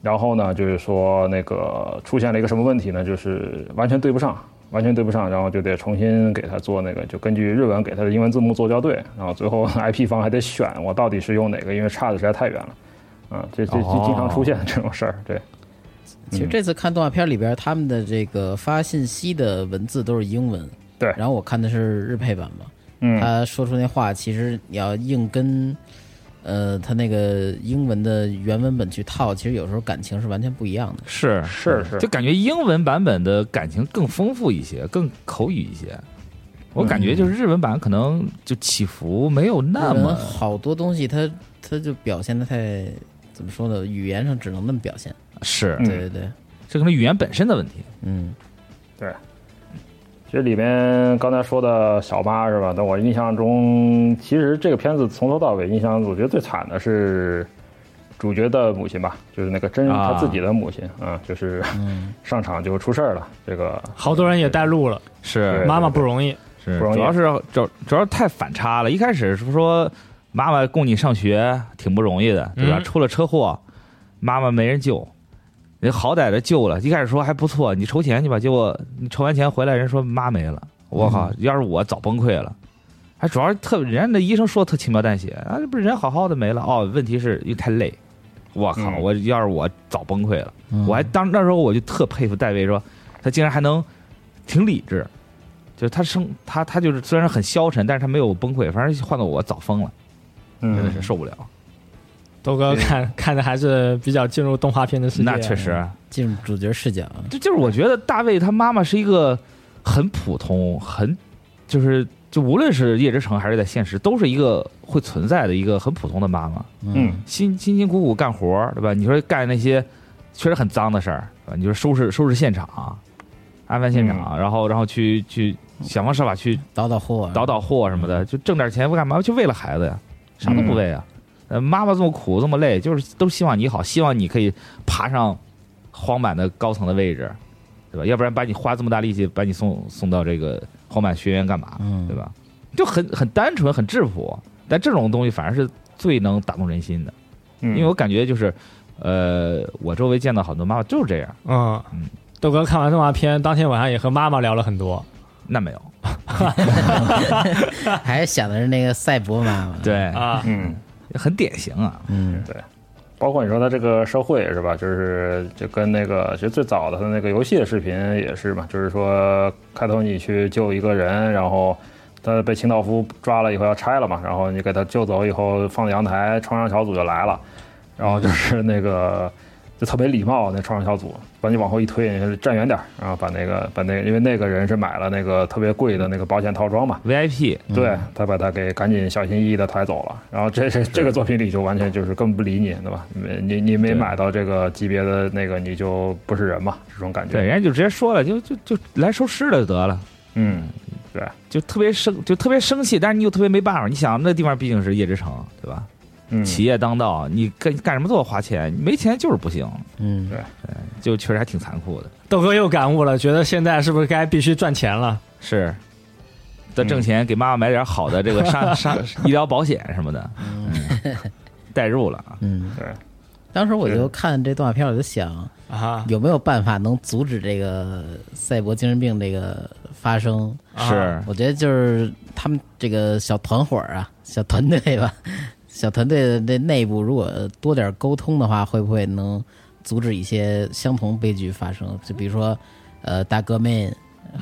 然后呢就是说那个出现了一个什么问题呢，就是完全对不上。完全对不上，然后就得重新给他做那个，就根据日文给他的英文字幕做校对，然后最后 IP 方还得选我到底是用哪个，因为差的实在太远了，啊，这这这经常出现这种事儿，对。
其
嗯
实这次看动画片里边，他们的这个发信息的文字都是英文，
对
然后我看的是日配版嘛，
嗯
他说出那话，其实你要硬跟，呃，他那个英文的原文本去套，其实有时候感情是完全不一样的。
是嗯
是是
就感觉英文版本的感情更丰富一些，更口语一些。
嗯
我感觉就是日文版可能就起伏没有那
日
么
文嗯好多东西它，他就表现的太怎么说呢？语言上只能那么表现。
是，
嗯
对对对，
这可能语言本身的问题。
嗯，
这里面刚才说的小八是吧？但我印象中，其实这个片子从头到尾，印象我觉得最惨的是主角的母亲吧，就是那个真
啊嗯
他自己的母亲啊、就是上场就出事儿了。这个
好多人也带路了，
是
对
妈妈不容易。
是，
不容易
主要是主主要是太反差了。一开始是说妈妈供你上学挺不容易的，对吧？
嗯
出了车祸，妈妈没人救，人好歹的救了。一开始说还不错，你筹钱去吧，结果你筹完钱回来，人说妈没了。我
嗯
靠，要是我早崩溃了。还主要是特人家那医生说特轻描淡写啊，这不是人好好的没了哦？问题是因为太累，我靠！
嗯
我要是我早崩溃了。
嗯
我还当那时候我就特佩服戴维，说他竟然还能挺理智，就是他生他他就是虽然很消沉，但是他没有崩溃，反正换到我早疯了，真的
嗯
是受不了。
豆哥看看的还是比较进入动画片的世界，
那确实，啊
进入主角视角啊，
就就是我觉得大卫他妈妈是一个很普通，很就是就无论是叶之城还是在现实，都是一个会存在的一个很普通的妈妈。
嗯，
辛辛辛苦苦干活儿，对吧？你说干那些确实很脏的事儿，对吧？你说收拾收拾现场，安排现场，然后然后去去想方设法去
倒倒货啊，
倒倒货什么的，就挣点钱干嘛？就为了孩子呀，啥都不为啊。呃，妈妈这么苦这么累，就是都希望你好，希望你可以爬上荒坂的高层的位置，对吧？要不然把你花这么大力气把你送送到这个荒坂学院干嘛？
嗯
对吧？就很很单纯，很质朴，但这种东西反而是最能打动人心的。
嗯，
因为我感觉就是，呃，我周围见到好多妈妈就是这样，
嗯
嗯。
豆哥看完动画片当天晚上也和妈妈聊了很多，
那没有，
还想的是那个赛博妈妈。
对，
啊，
嗯，
很典型啊，
嗯，
包括你说他这个社会是吧？就是就跟那个其实最早的他那个游戏的视频也是嘛，就是说开头你去救一个人，然后他被清道夫抓了以后要拆了嘛，然后你给他救走以后放在阳台，创伤小组就来了，然后就是 那个就特别礼貌那创伤小组把你往后一推，你就站远点儿，然后把那个把那个因为那个人是买了那个特别贵的那个保险套装嘛，
，VIP
对他把他给赶紧小心翼翼的抬走了，然后这这这个作品里就完全就是根本不理你，对吧？没你你没
对
买到这个级别的那个你就不是人嘛，这种感
对，
觉。
人家就直接说了，就就就来收尸的就得了。
嗯，
就特别生，就特别生气，但是你又特别没办法。你想，那地方毕竟是夜之城，对吧？
嗯，
企业当道，你干干什么都要花钱，你没钱就是不行，
嗯，
就确实还挺残酷的。
豆哥又感悟了，觉得现在是不是该必须赚钱了？
是，再挣钱给妈妈买点好的这个上上 医疗保险什么的，嗯， 代入了啊。
嗯，
对。
当时我就看这动画片，我就想
啊，
有没有办法能阻止这个赛博精神病这个发生？
啊
是，
我觉得就是他们这个小团伙儿啊，小团队吧， 小团队的这内部如果多点沟通的话，会不会能阻止一些相同悲剧发生？就比如说，呃，大哥妹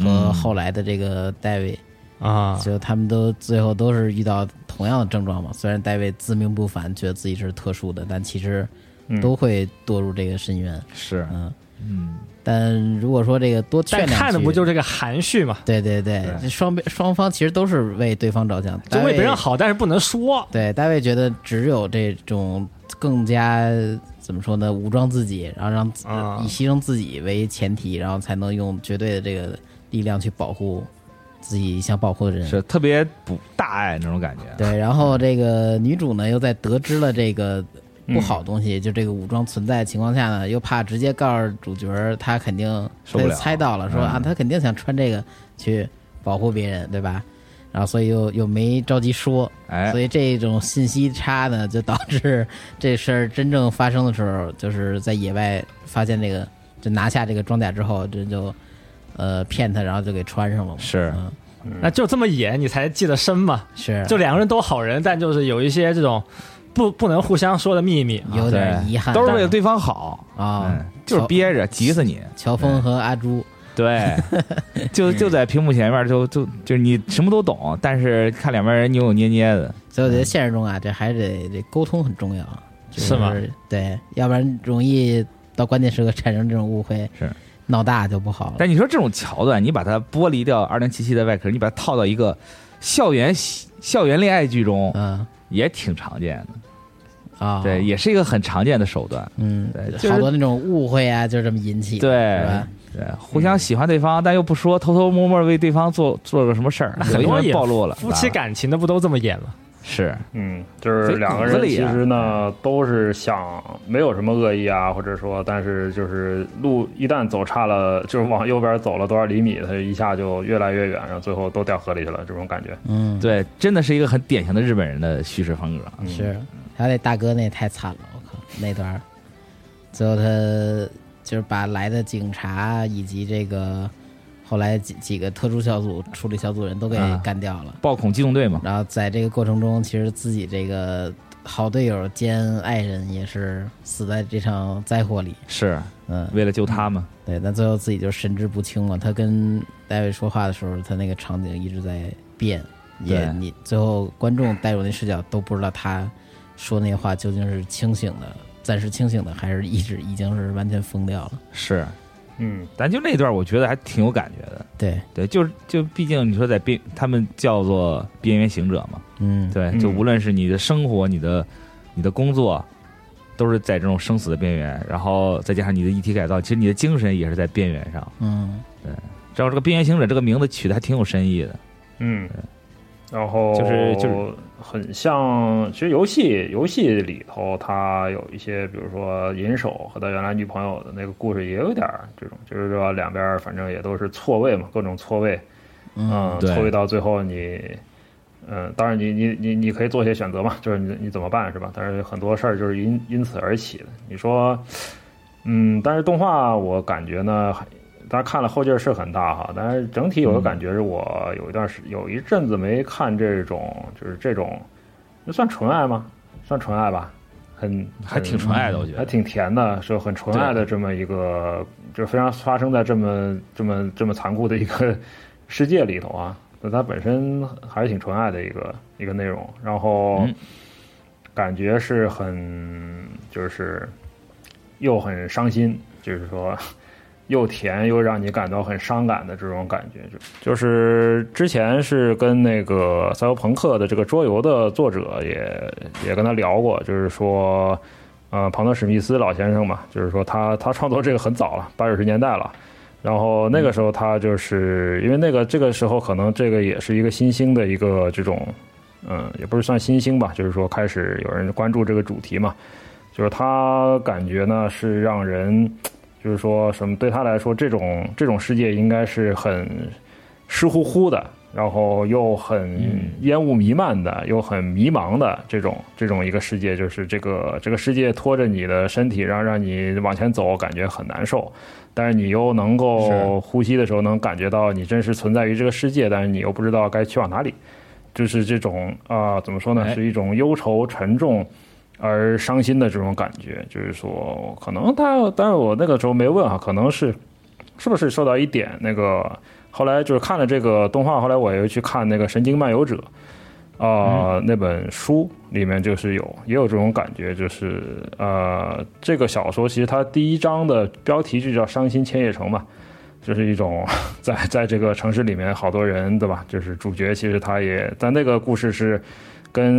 和后来的这个戴维，
啊，
就他们都最后都是遇到同样的症状嘛。虽然戴维自命不凡，觉得自己是特殊的，但其实
嗯
都会堕入这个深渊。
是，
嗯，
嗯，
但如果说这个多劝
但
两句，
看的不就这个含蓄嘛？
对对对，
对
这双边双方其实都是为对方着想，
就
大卫
为别人。好，但是不能说。
对，大卫觉得只有这种更加怎么说呢，武装自己，然后让自、
啊
以牺牲自己为前提，然后才能用绝对的这个力量去保护自己想保护的人。
是特别不大爱那种感 觉。
对，然后这个女主呢，又在得知了这个不好的东
嗯
西，就这个武装存在的情况下呢，又怕直接告诉主角儿，她肯定
受
她
不了
就猜到了，说啊，
嗯
她肯定想穿这个去保护别人，对吧？然后所以又又没着急说，
哎
所，以这种信息差呢，就导致 这事儿真正发生的时候，就是在野外发现这个，就拿下这个装甲之后，这就呃骗她，然后就给穿上了嘛。
是
嗯，哎
那就这么演，你才记得深嘛。
是，
就两个人都好人，但就是有一些这种不不能互相说的秘密。
有点
对
遗憾，
都是
但
为了对方好，
啊、
嗯，就是
乔
憋着，急死你。
乔峰和阿朱，
对，
嗯
就就在屏幕前面，就就就是你什么都懂，但是看两边人扭扭捏捏的，
所以我觉得现实中啊，这还是得这沟通很重要，就是
吗？
对，要不然容易到关键时刻产生这种误会，
是
闹大就不好了。
但你说这种桥段，你把它剥离掉二零七七的外壳，你把它套到一个校园喜校园恋爱剧中，
嗯
也挺常见的。
哦
啊，
对，，也是一个很常见的手段。
嗯
对，就是
好多那种误会啊，就这么引起，
对
是吧？
对，互相喜欢对方，但又不说，偷偷摸摸为对方做做个什么事儿，
嗯
有
很
一
多
人
也
暴露了，
夫妻
是吧
感情的不都这么演吗？
是
嗯，就是
所以
两个
骨子
人
里
其
啊
实呢都是想没有什么恶意啊，或者说，但是就是路一旦走差了，就是往右边走了多少厘米，它一下就越来越远，然后最后都掉河里去了，这种感觉。
嗯，
对，真的是一个很典型的日本人的叙事啊风格。
嗯
是。还有那大哥那也太惨了，我靠，那段儿，最后他就是把来的警察以及这个后来几几个特殊小组处理小组人都给
啊
干掉了。
暴恐机动队嘛，
然后在这个过程中，其实自己这个好队友兼爱人也是死在这场灾祸里。
是
嗯，
为了救他嘛。
对，但最后自己就神志不清了。他跟戴维说话的时候，他那个场景一直在变，也
对
你最后观众带入那视角都不知道他说那些话究竟是清醒的，暂时清醒的，还是一直已经是完全疯掉了。
是，
嗯，
咱就那段，我觉得还挺有感觉的。
对，
对，就是就毕竟你说在边，他们叫做边缘行者嘛。
嗯，
对，
嗯
就无论是你的生活、你的、你的工作，都是在这种生死的边缘，然后再加上你的遗体改造，其实你的精神也是在边缘上。
嗯，
正好这个“边缘行者”这个名字取的还挺有深意的。
嗯，然后
就是就是
很像，其实游戏游戏里头，它有一些，比如说银手和他原来女朋友的那个故事，也有点儿这种，就是说两边儿反正也都是错位嘛，各种错位，嗯，
对
错位到最后你。嗯，当然你，你你你可以做些选择嘛，就是你你怎么办是吧？但是很多事儿就是因因此而起的。你说，嗯，但是动画我感觉呢，当然看了后劲儿是很大哈，但是整体有个感觉是我有一段时有一阵子没看这种就是这种，那算纯爱吗？算纯爱吧，很
还挺纯爱的我觉得
还挺甜的，是很纯爱的这么一个，就是非常发生在这么这么这么残酷的一个 世界里头啊。那它本身还是挺纯爱的一个一个内容，然后
嗯
感觉是很就是又很伤心，就是说又甜又让你感到很伤感的这种感觉，就就是之前是跟那个赛博朋克的这个桌游的作者也也跟他聊过，就是说，呃，庞德史密斯老先生嘛，就是说他他创作这个很早了，八九十年代了。然后那个时候他就是因为那个这个时候可能这个也是一个新兴的一个这种，嗯，也不是算新兴吧，就是说开始有人关注这个主题嘛，就是他感觉呢是让人，就是说什么对他来说这种这种世界应该是很湿乎乎的，然后又很烟雾弥漫的，又很迷茫的这种这种一个世界，就是这个这个世界拖着你的身体，让让你往前走，感觉很难受。但是你又能够呼吸的时候，能感觉到你真实存在于这个世界，但是你又不知道该去往哪里，就是这种啊、怎么说呢，
哎
是一种忧愁沉重。而伤心的这种感觉，就是说，可能他，但是我那个时候没问啊，可能是是不是受到一点那个后来就是看了这个动画，后来我又去看那个《神经漫游者》啊、那本书里面就是有也有这种感觉，就是呃，这个小说其实它第一章的标题就叫《伤心千叶城》嘛，就是一种 在在这个城市里面，好多人对吧？就是主角其实他也，但那个故事是跟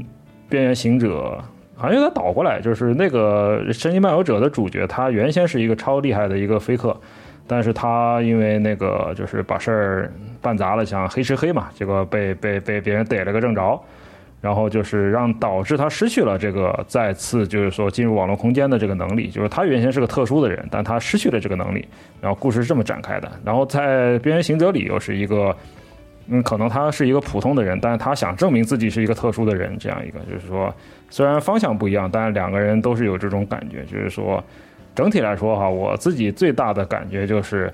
《边缘行者》好像有点倒过来，就是那个《神经漫游者》的主角，他原先是一个超厉害的一个飞客，但是他因为那个就是把事儿办砸了，想黑吃黑嘛，结果被被被别人逮了个正着。然后就是让导致他失去了这个再次就是说进入网络空间的这个能力，就是他原先是个特殊的人，但他失去了这个能力。然后故事是这么展开的。然后在《边缘行者》里又是一个，嗯，可能他是一个普通的人，但是他想证明自己是一个特殊的人，这样一个就是说，虽然方向不一样，但是两个人都是有这种感觉，就是说，整体来说哈，我自己最大的感觉就是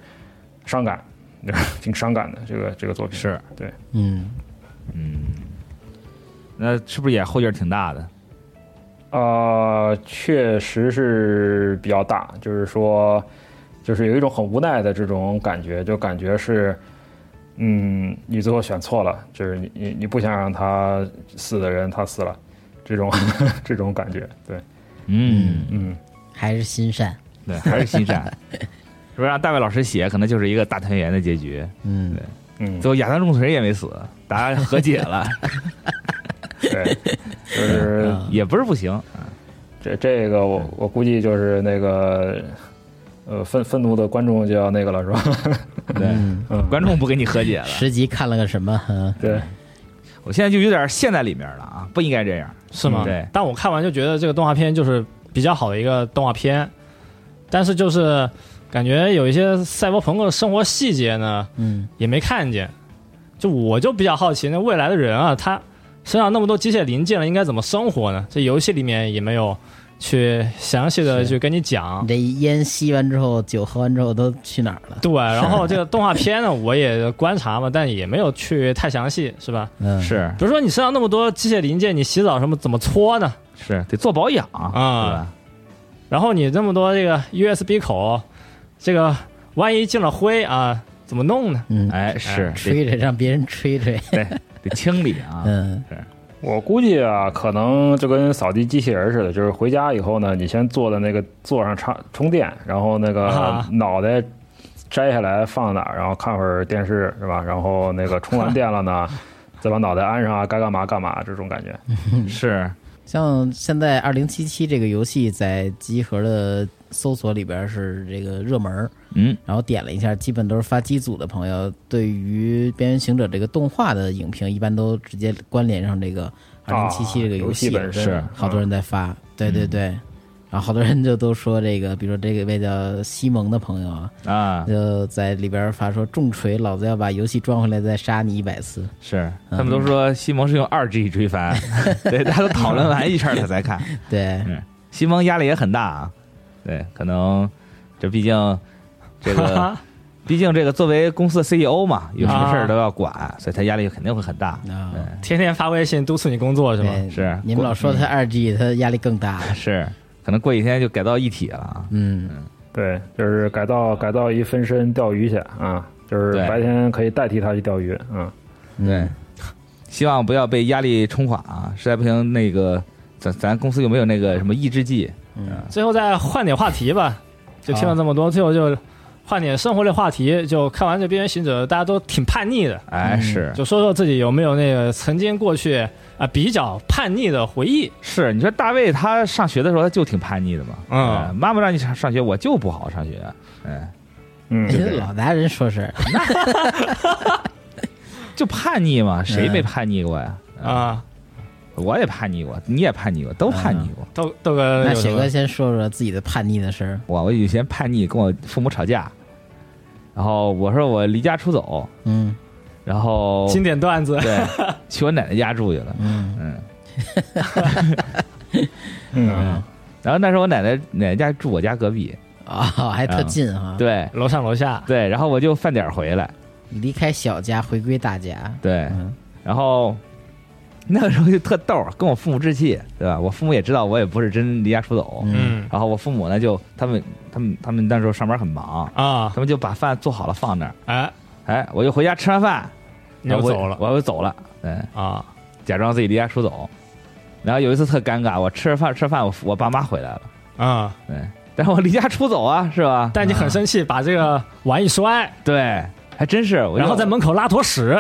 伤感， 挺伤感的这个这个作品。
是，
嗯，
嗯，那是不是也后劲儿挺大的？
啊、确实是比较大，就是说，就是有一种很无奈的这种感觉，就感觉是，嗯，你最后选错了，就是你你你不想让他死的人他死了，这种 这种感觉，对，
嗯，
嗯，
还是心善，
对，还是心善。 是不是让大卫老师写，可能就是一个大团圆的结局？
嗯
对，
嗯
最，后亚当众锤也没死，大家和解 了，
对，就是
也不是不行。
这这个我我估计就是那个，呃，愤愤怒的观众就要那个了，是吧？
对，
嗯，
嗯，
观众不给你和解了。
十集看了个什么？嗯，
对，
我现在就有点陷在里面了啊，不应该这样。
是吗？
嗯对
但我看完就觉得这个动画片就是比较好的一个动画片，但是就是感觉有一些赛博朋克的生活细节呢
嗯
也没看见。就我就比较好奇，那未来的人啊，他身上那么多机械零件了，应该怎么生活呢？这游戏里面也没有去详细的
是
去跟你讲
你。这烟吸完之后，酒喝完之后都去哪儿了？
对，然后这个动画片呢， 我也观察嘛，但也没有去太详细，是吧？
嗯，
是
比如说你身上那么多机械零件，你洗澡什么怎么搓呢？
是，得做保养
啊
对吧？
然后你这么多这个 USB 口，这个万一进了灰啊，怎么弄呢？
嗯，
哎，是得
吹吹，让别人吹吹，
得清理啊。
嗯
我估计啊，可能就跟扫地机器人似的，就是回家以后呢，你先坐在那个座上插充电，然后那个
啊
脑袋摘下来放哪儿，然后看会儿电视是吧？然后那个充完电了呢，再把脑袋安上啊，该干嘛干嘛这种感觉。
是，
像现在二零七七这个游戏在集合的搜索里边是这个热门儿，
嗯，
然后点了一下，基本都是发机组的朋友对于《边缘行者》这个动画的影评，一般都直接关联上这个二零七七这个
啊游
戏，啊
本身
是
好多人在发，对对对，然后好多人就都说这个，比如说这个位叫西蒙的朋友啊，
啊，
就在里边发说重锤，老子要把游戏装回来再杀你一百次，
是，他们都说西蒙是用二 G 追番，对，大家都讨论完一圈儿他才看。
对，
西蒙压力也很大啊，对，可能这毕竟 这个，毕竟这个作为公司的 CEO 嘛，有什么事儿都要管，所以他压力肯定会很大。
啊、
天天发微信督促你工作是吗？
对
嗯是嗯
你们老说他二 G，他压力更大了，
是，可能过几天就改到一体了啊。
嗯，
对，就是改造改造一分身钓鱼去啊，就是
对
白天可以代替他去钓鱼啊。
嗯对，希望不要被压力冲垮啊！实在不行，那个咱咱公司有没有那个什么抑制剂？
最后再换点话题吧，就听了这么多，最后就换点生活类话题。就看完这《边缘行者》，大家都挺叛逆的，
哎，是
嗯就说说自己有没有那个曾经过去啊、比较叛逆的回忆。
是，你说大卫他上学的时候他就挺叛逆的嘛，
嗯
哎妈妈让你上上学，我就不好好上学，哎，
嗯，
你老拿人说事儿，
就叛逆嘛，谁没叛逆过呀？
啊，
我也叛逆过，你也叛逆过，都叛逆过。
豆豆哥
那
有什
雪
么
哥先说说自己的叛逆的事儿，
我我以前叛逆，跟我父母吵架，然后我说我离家出走，
嗯
然后
经典段子？
对去我奶奶家住去了，
嗯
嗯。
嗯，
然后那时候我奶奶奶奶家住我家隔壁，
啊、还特近哈、
嗯对
楼上楼下，
对，然后我就饭点儿回来，
离开小家回归大家，
对，
嗯
然后那个时候就特逗儿，跟我父母置气，对吧？我父母也知道我也不是真离家出走，
嗯
然后我父母呢就他们他们他们那时候上班很忙，
啊，
他们就把饭做好了放那儿，
哎，
哎，我就回家吃完饭，
你就
我
走了
我就走了，嗯，
啊，
假装自己离家出走。然后有一次特尴尬，我吃着饭吃着饭，我我爸妈回来了，
嗯，
对，但是我离家出走啊，是吧？
但你很生气，把这个碗一摔，
对，还真是，我就
然后在门口拉坨 屎，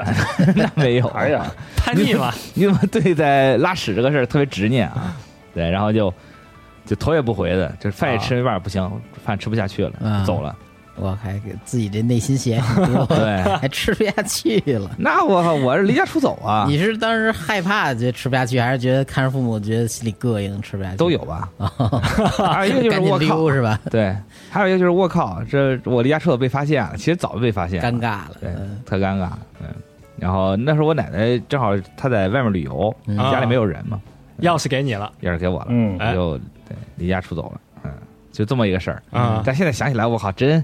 那没 有，
哎呀，
叛逆 嘛，
你怎么对待拉屎这个事儿特别执念 啊？对，然后就就头也不回的，就饭也吃一半儿不行，饭吃不下去了，
啊
就 走了。
我还给自己这内心戏还挺多，
对，
还吃不下去了。
那我我是离家出走啊，
你是当时害怕觉得吃不下去，还是觉得看着父母觉得心里膈应吃不下去？
都有吧？还有一个就是
哦赶紧
我
溜
靠，
是吧？
对，还有一个就是我靠，这我离家出走被发现了，其实早就被发现了，
尴，尬了，
对
嗯，
特尴尬，嗯。然后那时候我奶奶正好她在外面旅游，
嗯
家里没有人嘛，
钥匙给你了，
钥匙给我了，
嗯
哎
我就哎对离家出走了，嗯，就这么一个事儿
啊
但现在想起来，我靠，真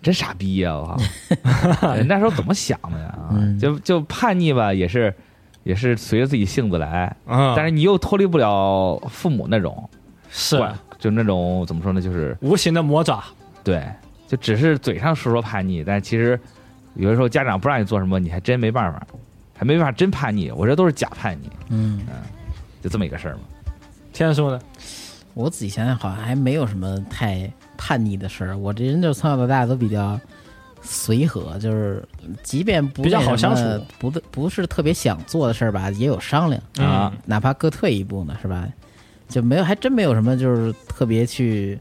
真傻逼呀、我 靠，那时候怎么想的呀？啊
嗯
就就叛逆吧，也是也是随着自己性子来，
啊
嗯，
但是你又脱离不了父母那种，
是
管就那种怎么说呢？就是
无形的魔爪，
对，就只是嘴上说说叛逆，但其实有的时候家长不让你做什么，你还真没办法，还没办法真叛逆。我这都是假叛逆，
嗯，
就这么一个事儿嘛。
天数呢？
我仔细想想，好像还没有什么太叛逆的事儿。我这人就是从小到大都比较随和，就是即便不
比较
那
好
什
相
么
处，
不不是特别想做的事儿吧，也有商量，
啊
嗯
哪怕各退一步呢，是吧？就没有，还真没有什么就是特别去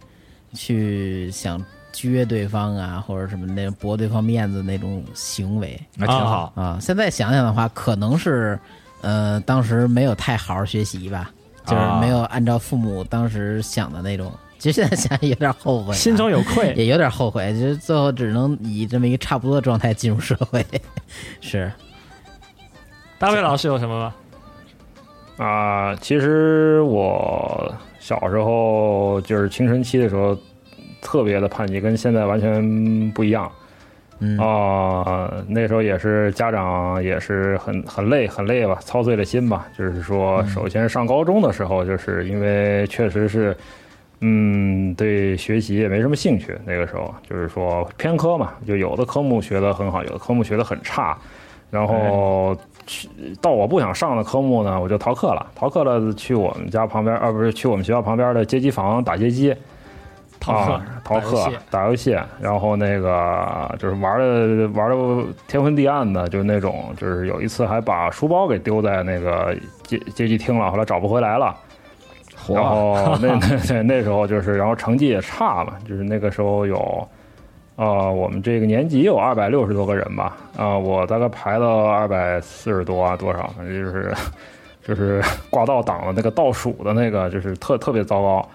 去想撅对方啊，或者什么那种驳对方面子那种行为。
那挺好，
啊，现在想想的话，可能是，呃，当时没有太好好学习吧，就是
啊
没有按照父母当时想的那种。其实现在想想有点后悔啊、
心中有愧，
也有点后悔，就是最后只能以这么一个差不多的状态进入社会。 是，
大卫老师有什么吗？
啊、其实我小时候就是青春期的时候，特别的叛逆，跟现在完全不一样。
嗯
哦
啊、那时候也是家长也是很很累很累吧，操碎了心吧。就是说，首先上高中的时候，就是因为确实是，嗯，对学习也没什么兴趣。那个时候就是说偏科嘛，就有的科目学得很好，有的科目学得很差。然后去到我不想上的科目呢，我就逃课了，逃课了去我们家旁边，啊不是去我们学校旁边的街机房打街机。
逃课
啊，逃
打
课
游戏，
打游戏，然后那个就是玩的玩的天昏地暗的，就是那种，就是有一次还把书包给丢在那个街街机厅了，后来找不回来了。然
哇
后那那那那时候就是，然后成绩也差嘛，就是那个时候有，呃，我们这个年级有二百六十多个人吧，啊、我大概排到二百四十多啊，多少，反正就是就是挂到档的那个倒数的那个，就是特特别糟糕。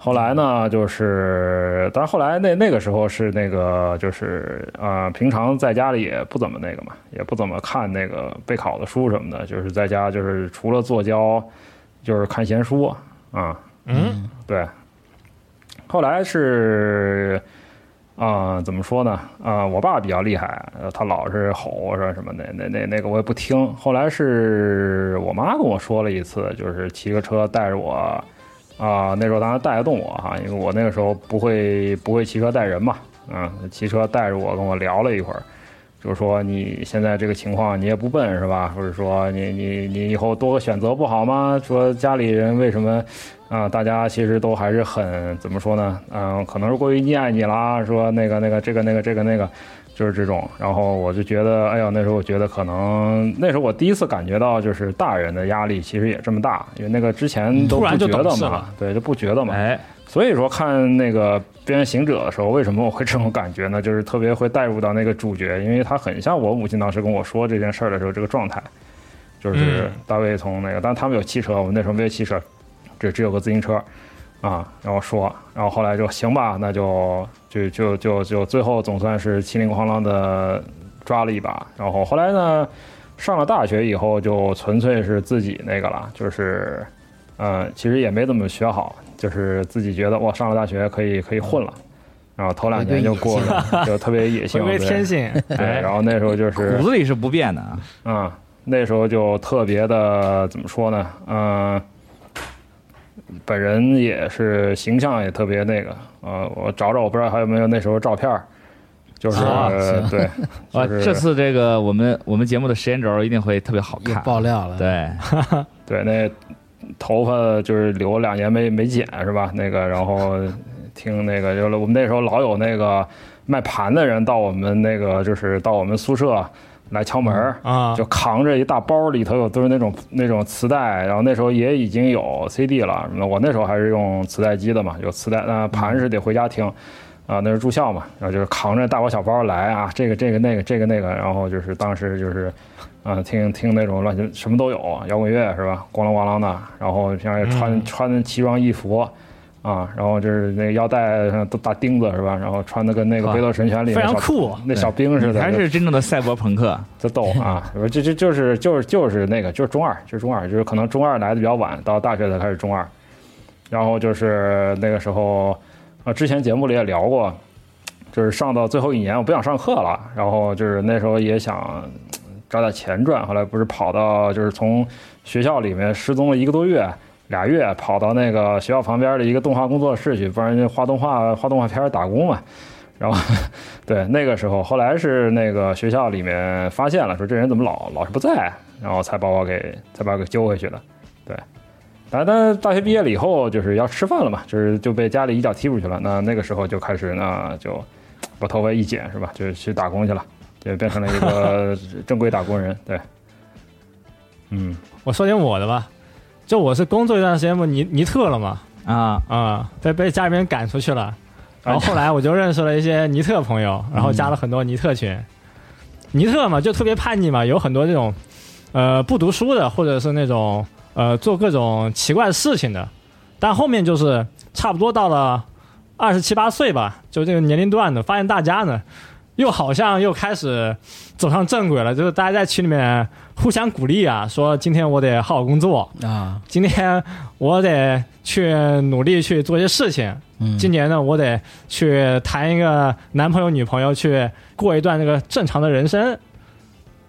后来呢，就是，但是后来那那个时候是那个，就是呃，平常在家里也不怎么那个嘛，也不怎么看那个备考的书什么的，就是在家就是除了做教，就是看闲书啊、
嗯，
对，后来是啊、怎么说呢？啊、我爸比较厉害，呃他老是吼我说什么那那那那个我也不听。后来是我妈跟我说了一次，就是骑个车带着我啊、那时候当然带得动我哈，因为我那个时候不会不会骑车带人嘛，嗯，骑车带着我跟我聊了一会儿。就是说你现在这个情况，你也不笨是吧？或者说你你你以后多个选择不好吗？说家里人为什么啊、大家其实都还是很怎么说呢？嗯、可能是过于溺爱你啦，说那个那个这个那个这个那个，就是这种。然后我就觉得，哎呀，那时候我觉得可能那时候我第一次感觉到，就是大人的压力其实也这么大，因为那个之前都
嗯突
不
然
觉
就懂
得
事
嘛
了，
对，就不觉得嘛。
哎，
所以说看那个《边缘行者》的时候，为什么我会这种感觉呢？就是特别会带入到那个主角，因为他很像我母亲当时跟我说这件事儿的时候这个状态，就是
嗯
大卫从那个，但他们有汽车，我们那时候没有汽车，只只有个自行车啊。然后说，然后后来就行吧，那就就就就就最后总算是七零哐啷的抓了一把。然后后来呢，上了大学以后就纯粹是自己那个了，就是。呃，其实也没怎么学好，就是自己觉得哇，上了大学可以可以混了，然后头两年就过 了，就特别野
回
性，
归
对
天性，
对，
哎
然后那时候就是
骨子里是不变的啊。
啊、那时候就特别的怎么说呢？嗯、本人也是形象也特别那个，呃，我找找，我不知道还有没有那时候照片儿，就是、
啊
行
对，
啊，
就是
这次这个我们我们节目的时间轴一定会特别好
又
看。
爆料了，，
对，
对，那头发就是留了两年没没剪是吧？那个，然后听那个，就是我们那时候老有那个卖盘的人到我们那个，就是到我们宿舍来敲门儿。
啊
就扛着一大包，里头有都是那种那种磁带，然后那时候也已经有 CD 了什么的。我那时候还是用磁带机的嘛，有磁带，那盘是得回家听，啊、那是住校嘛，然后就是扛着大包小包来啊，这个这个那个这个那个，然后就是当时就是，啊、听听那种乱七什么都有，摇滚乐是吧？咣啷咣啷的，然后平常也穿、穿奇装异服。啊，然后就是那个腰带上都打钉子是吧？然后穿的跟那个《
哇
北斗神拳》里
非
那
常
小
酷
那小兵似的，
还是真正的赛博朋克。
这逗啊！ 我说这这就是就是就是那个就是中二，就是中二，就是可能中二来的比较晚，到大学才开始中二。然后就是那个时候，呃，之前节目里也聊过，就是上到最后一年，我不想上课了，然后就是那时候也想找点钱赚，后来不是跑到就是从学校里面失踪了一个多月。俩月跑到那个学校旁边的一个动画工作室去，帮人家画动画、画动画片儿打工嘛。然后，对那个时候，后来是那个学校里面发现了，说这人怎么老老是不在，然后才把我给才把我给揪回去的。对，但但大学毕业了以后，就是要吃饭了嘛，就是就被家里一脚踢出去了。那那个时候就开始呢，就把头发一剪是吧，就去打工去了，就变成了一个 正规打工人。对，嗯。
我说点我的吧，就我是工作一段时间不尼尼特了嘛，
啊，
啊、被被家里面赶出去了，然后后来我就认识了一些尼特朋友，然后加了很多尼特群，尼特嘛就特别叛逆嘛，有很多这种呃不读书的，或者是那种呃做各种奇怪事情的，但后面就是差不多到了二十七八岁吧，就这个年龄段的，发现大家呢。又好像又开始走上正轨了，就是大家在群里面互相鼓励啊，说今天我得好好工作，
啊，
今天我得去努力去做一些事情。
嗯，
今年呢，我得去谈一个男朋友、女朋友，去过一段这个正常的人生。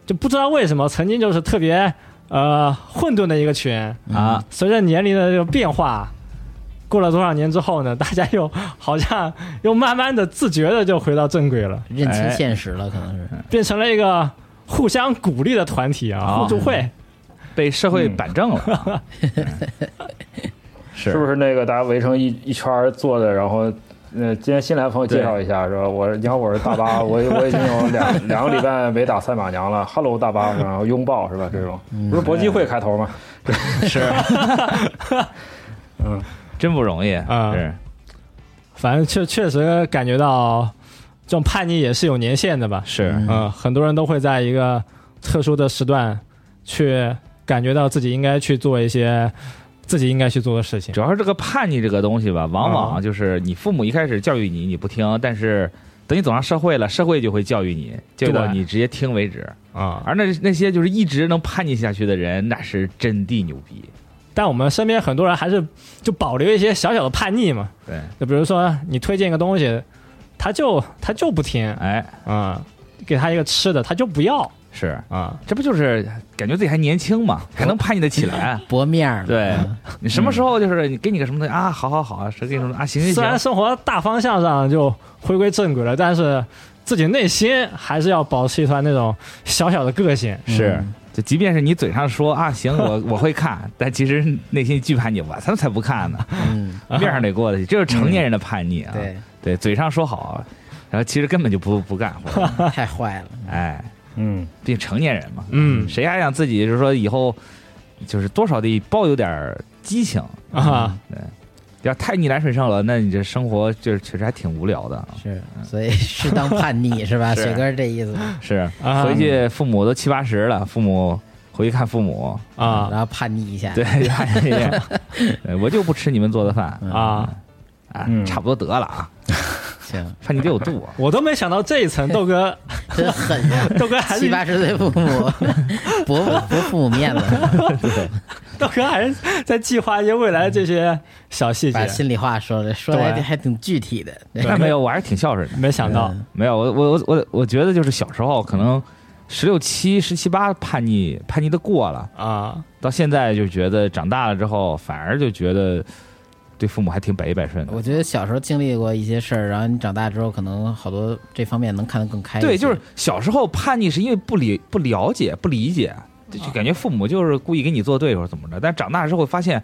就不知道为什么，曾经就是特别呃混沌的一个群，
啊，
随着年龄的这个变化，过了多少年之后呢，大 家又好像又慢慢的自觉的就回到正轨了，
认清
哎
现实了，可能是，
变成了一个互相鼓励的团体啊，
哦
互助会。
被社会板正了啊。
是不
是
是那个大家围成一一圈儿坐着，然后？呃，今天新来的朋友介绍一下，是吧？我你好，我是大 巴，我我已经有两两个礼拜没打赛马娘了。Hello，大巴，然后拥抱是吧？这种不是搏击会开头吗？
是，
嗯，
真不容易
啊
是
反正确确实感觉到这种叛逆也是有年限的吧。
是
嗯？
嗯、很多人都会在一个特殊的时段去感觉到自己应该去做一些自己应该去做的事情
主。要是这个叛逆这个东西吧，往往就是你父母一开始教育你，你不听，但是等你走上社会了，社会就会教育你，教育到
对
你直接听为止。
啊、
而那那些就是一直能叛逆下去的人，那是真地牛逼。
但我们身边很多人还是就保留一些小小的叛逆嘛，
对，
就比如说你推荐一个东西，他就他就不听啊、
哎，
给他一个吃的他就不要
是，
啊、
这不就是感觉自己还年轻嘛，还能叛逆得起来
薄面儿，
对
嗯
你什么时候就是你给你个什么东西啊？好好好，谁给你什么啊？行行
嗯虽然
行，
生活大方向上就回归正轨了，但是自己内心还是要保持一团那种小小的个性。
是。就即便是你嘴上说啊行，我我会看，但其实内心惧怕你，我才才不看 呢，
嗯，
面上得过得去，这是成年人的叛逆啊。
对，
对，嘴上说好，然后其实根本就不不干活，
太坏了，
哎，
嗯，
毕竟成年人嘛，
嗯
谁还想自己就是说以后就是多少得抱有点儿激情
啊，
对，要太逆来顺受了，那你这生活就是确实还挺无聊的啊，
是，所以适当叛 逆是吧？
是
雪哥是这意思，
是
啊
回去父母都七八十了，父母回去看父母，
啊
然后叛逆一下，
对，对我就不吃你们做的饭
啊！
啊
嗯，
差不多得了啊，
行，
叛逆得有度 啊，
我都没想到这一层，豆 哥，
真狠呀！
豆哥
啊
还
七
是
八十岁父母，博博父母面子，
豆哥还是在计划一些未来的这些小细
把
节，
心里话说了，说来
啊
对
还挺具体的。
那没有，我还是挺孝顺的。
没想到
嗯
没有，我我我我我觉得就是小时候可能十六七、十七八叛逆叛逆的过了，
啊，
到现在就觉得长大了之后，反而就觉得对父母还挺百依百顺的。
我觉得小时候经历过一些事儿，然后你长大之后，可能好多这方面能看得更开一些。
对，就是小时候叛逆是因为不理不了解、不理解，
嗯
就就感觉父母就是故意给你作对或者怎么着。但长大之后发现，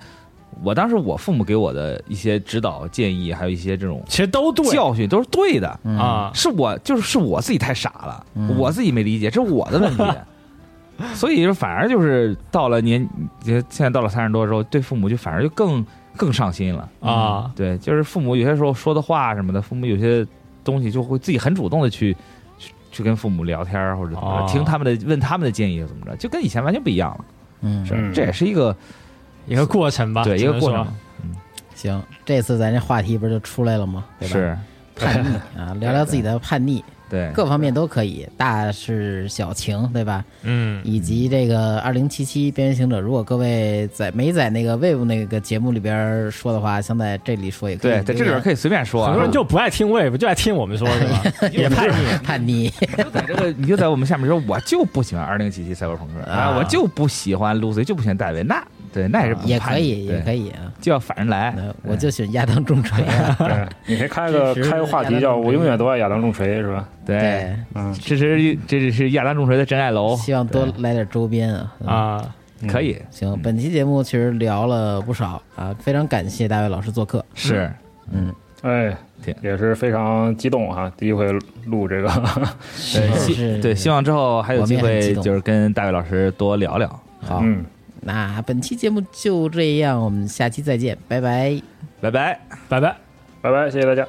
我当时我父母给我的一些指导建议，还有一些这种
其实都对
教训都是对的，
嗯
啊，
是我就是是我自己太傻了，
嗯
我自己没理解，这是我的问 题。所以就反而就是到了年，现在到了三十多之后，对父母就反而就更更上心了。
啊，
对，就是父母有些时候说的话什么的，父母有些东西就会自己很主动的去去去跟父母聊天儿或者怎么着，
哦
听他们的问他们的建议怎么着，就跟以前完全不一样了。
嗯，
是，
嗯
这也是一个
一个过程吧，
对一个
啊只
过
能
程
说，，
行，这次咱这话题不是就出来了吗？对吧？
是
叛逆啊，聊聊自己的叛逆，
对
各方面都可以，大事小情，对吧？
嗯，
以及这个二零七七边缘行者，如果各位在没在那个 Wave 那个节目里边说的话，想在这里说也可以。
对，在这里边可以随便说啊，
很多人就不爱听 wave，就爱听我们说的 吧，也叛逆，
叛逆，
你就在这个，你就在我们下面说，我就不喜欢二零七七赛博朋克啊，
啊
我就不喜欢 Lucy，就不喜欢戴维，那对，那也是不
也
叛
可
逆
以，也可
对
以啊。
就要反着来
那。我就选亚当重锤 啊，
对，你可以开个
支持
开个话
亚
题
当
叫“
重
我
锤
永远都爱亚当重锤”是吧？
对，
对，
嗯，
这是这只是亚当重锤的真爱楼，
希望多
哦对嗯
来点周边啊。嗯
啊，
可以
行，本期节目其实聊了不少啊，非常感谢大卫老师做客。
是
嗯，
哎
挺，
也是非常激动哈，第一回录这个，
是
希
啊嗯是
对，希望之后还有机
我们也很激
会
动
就是跟大卫老师多聊聊，
好。
嗯。
那本期节目就这样，我们下期再见，拜拜。
拜拜。
拜拜。
拜拜，谢谢大家。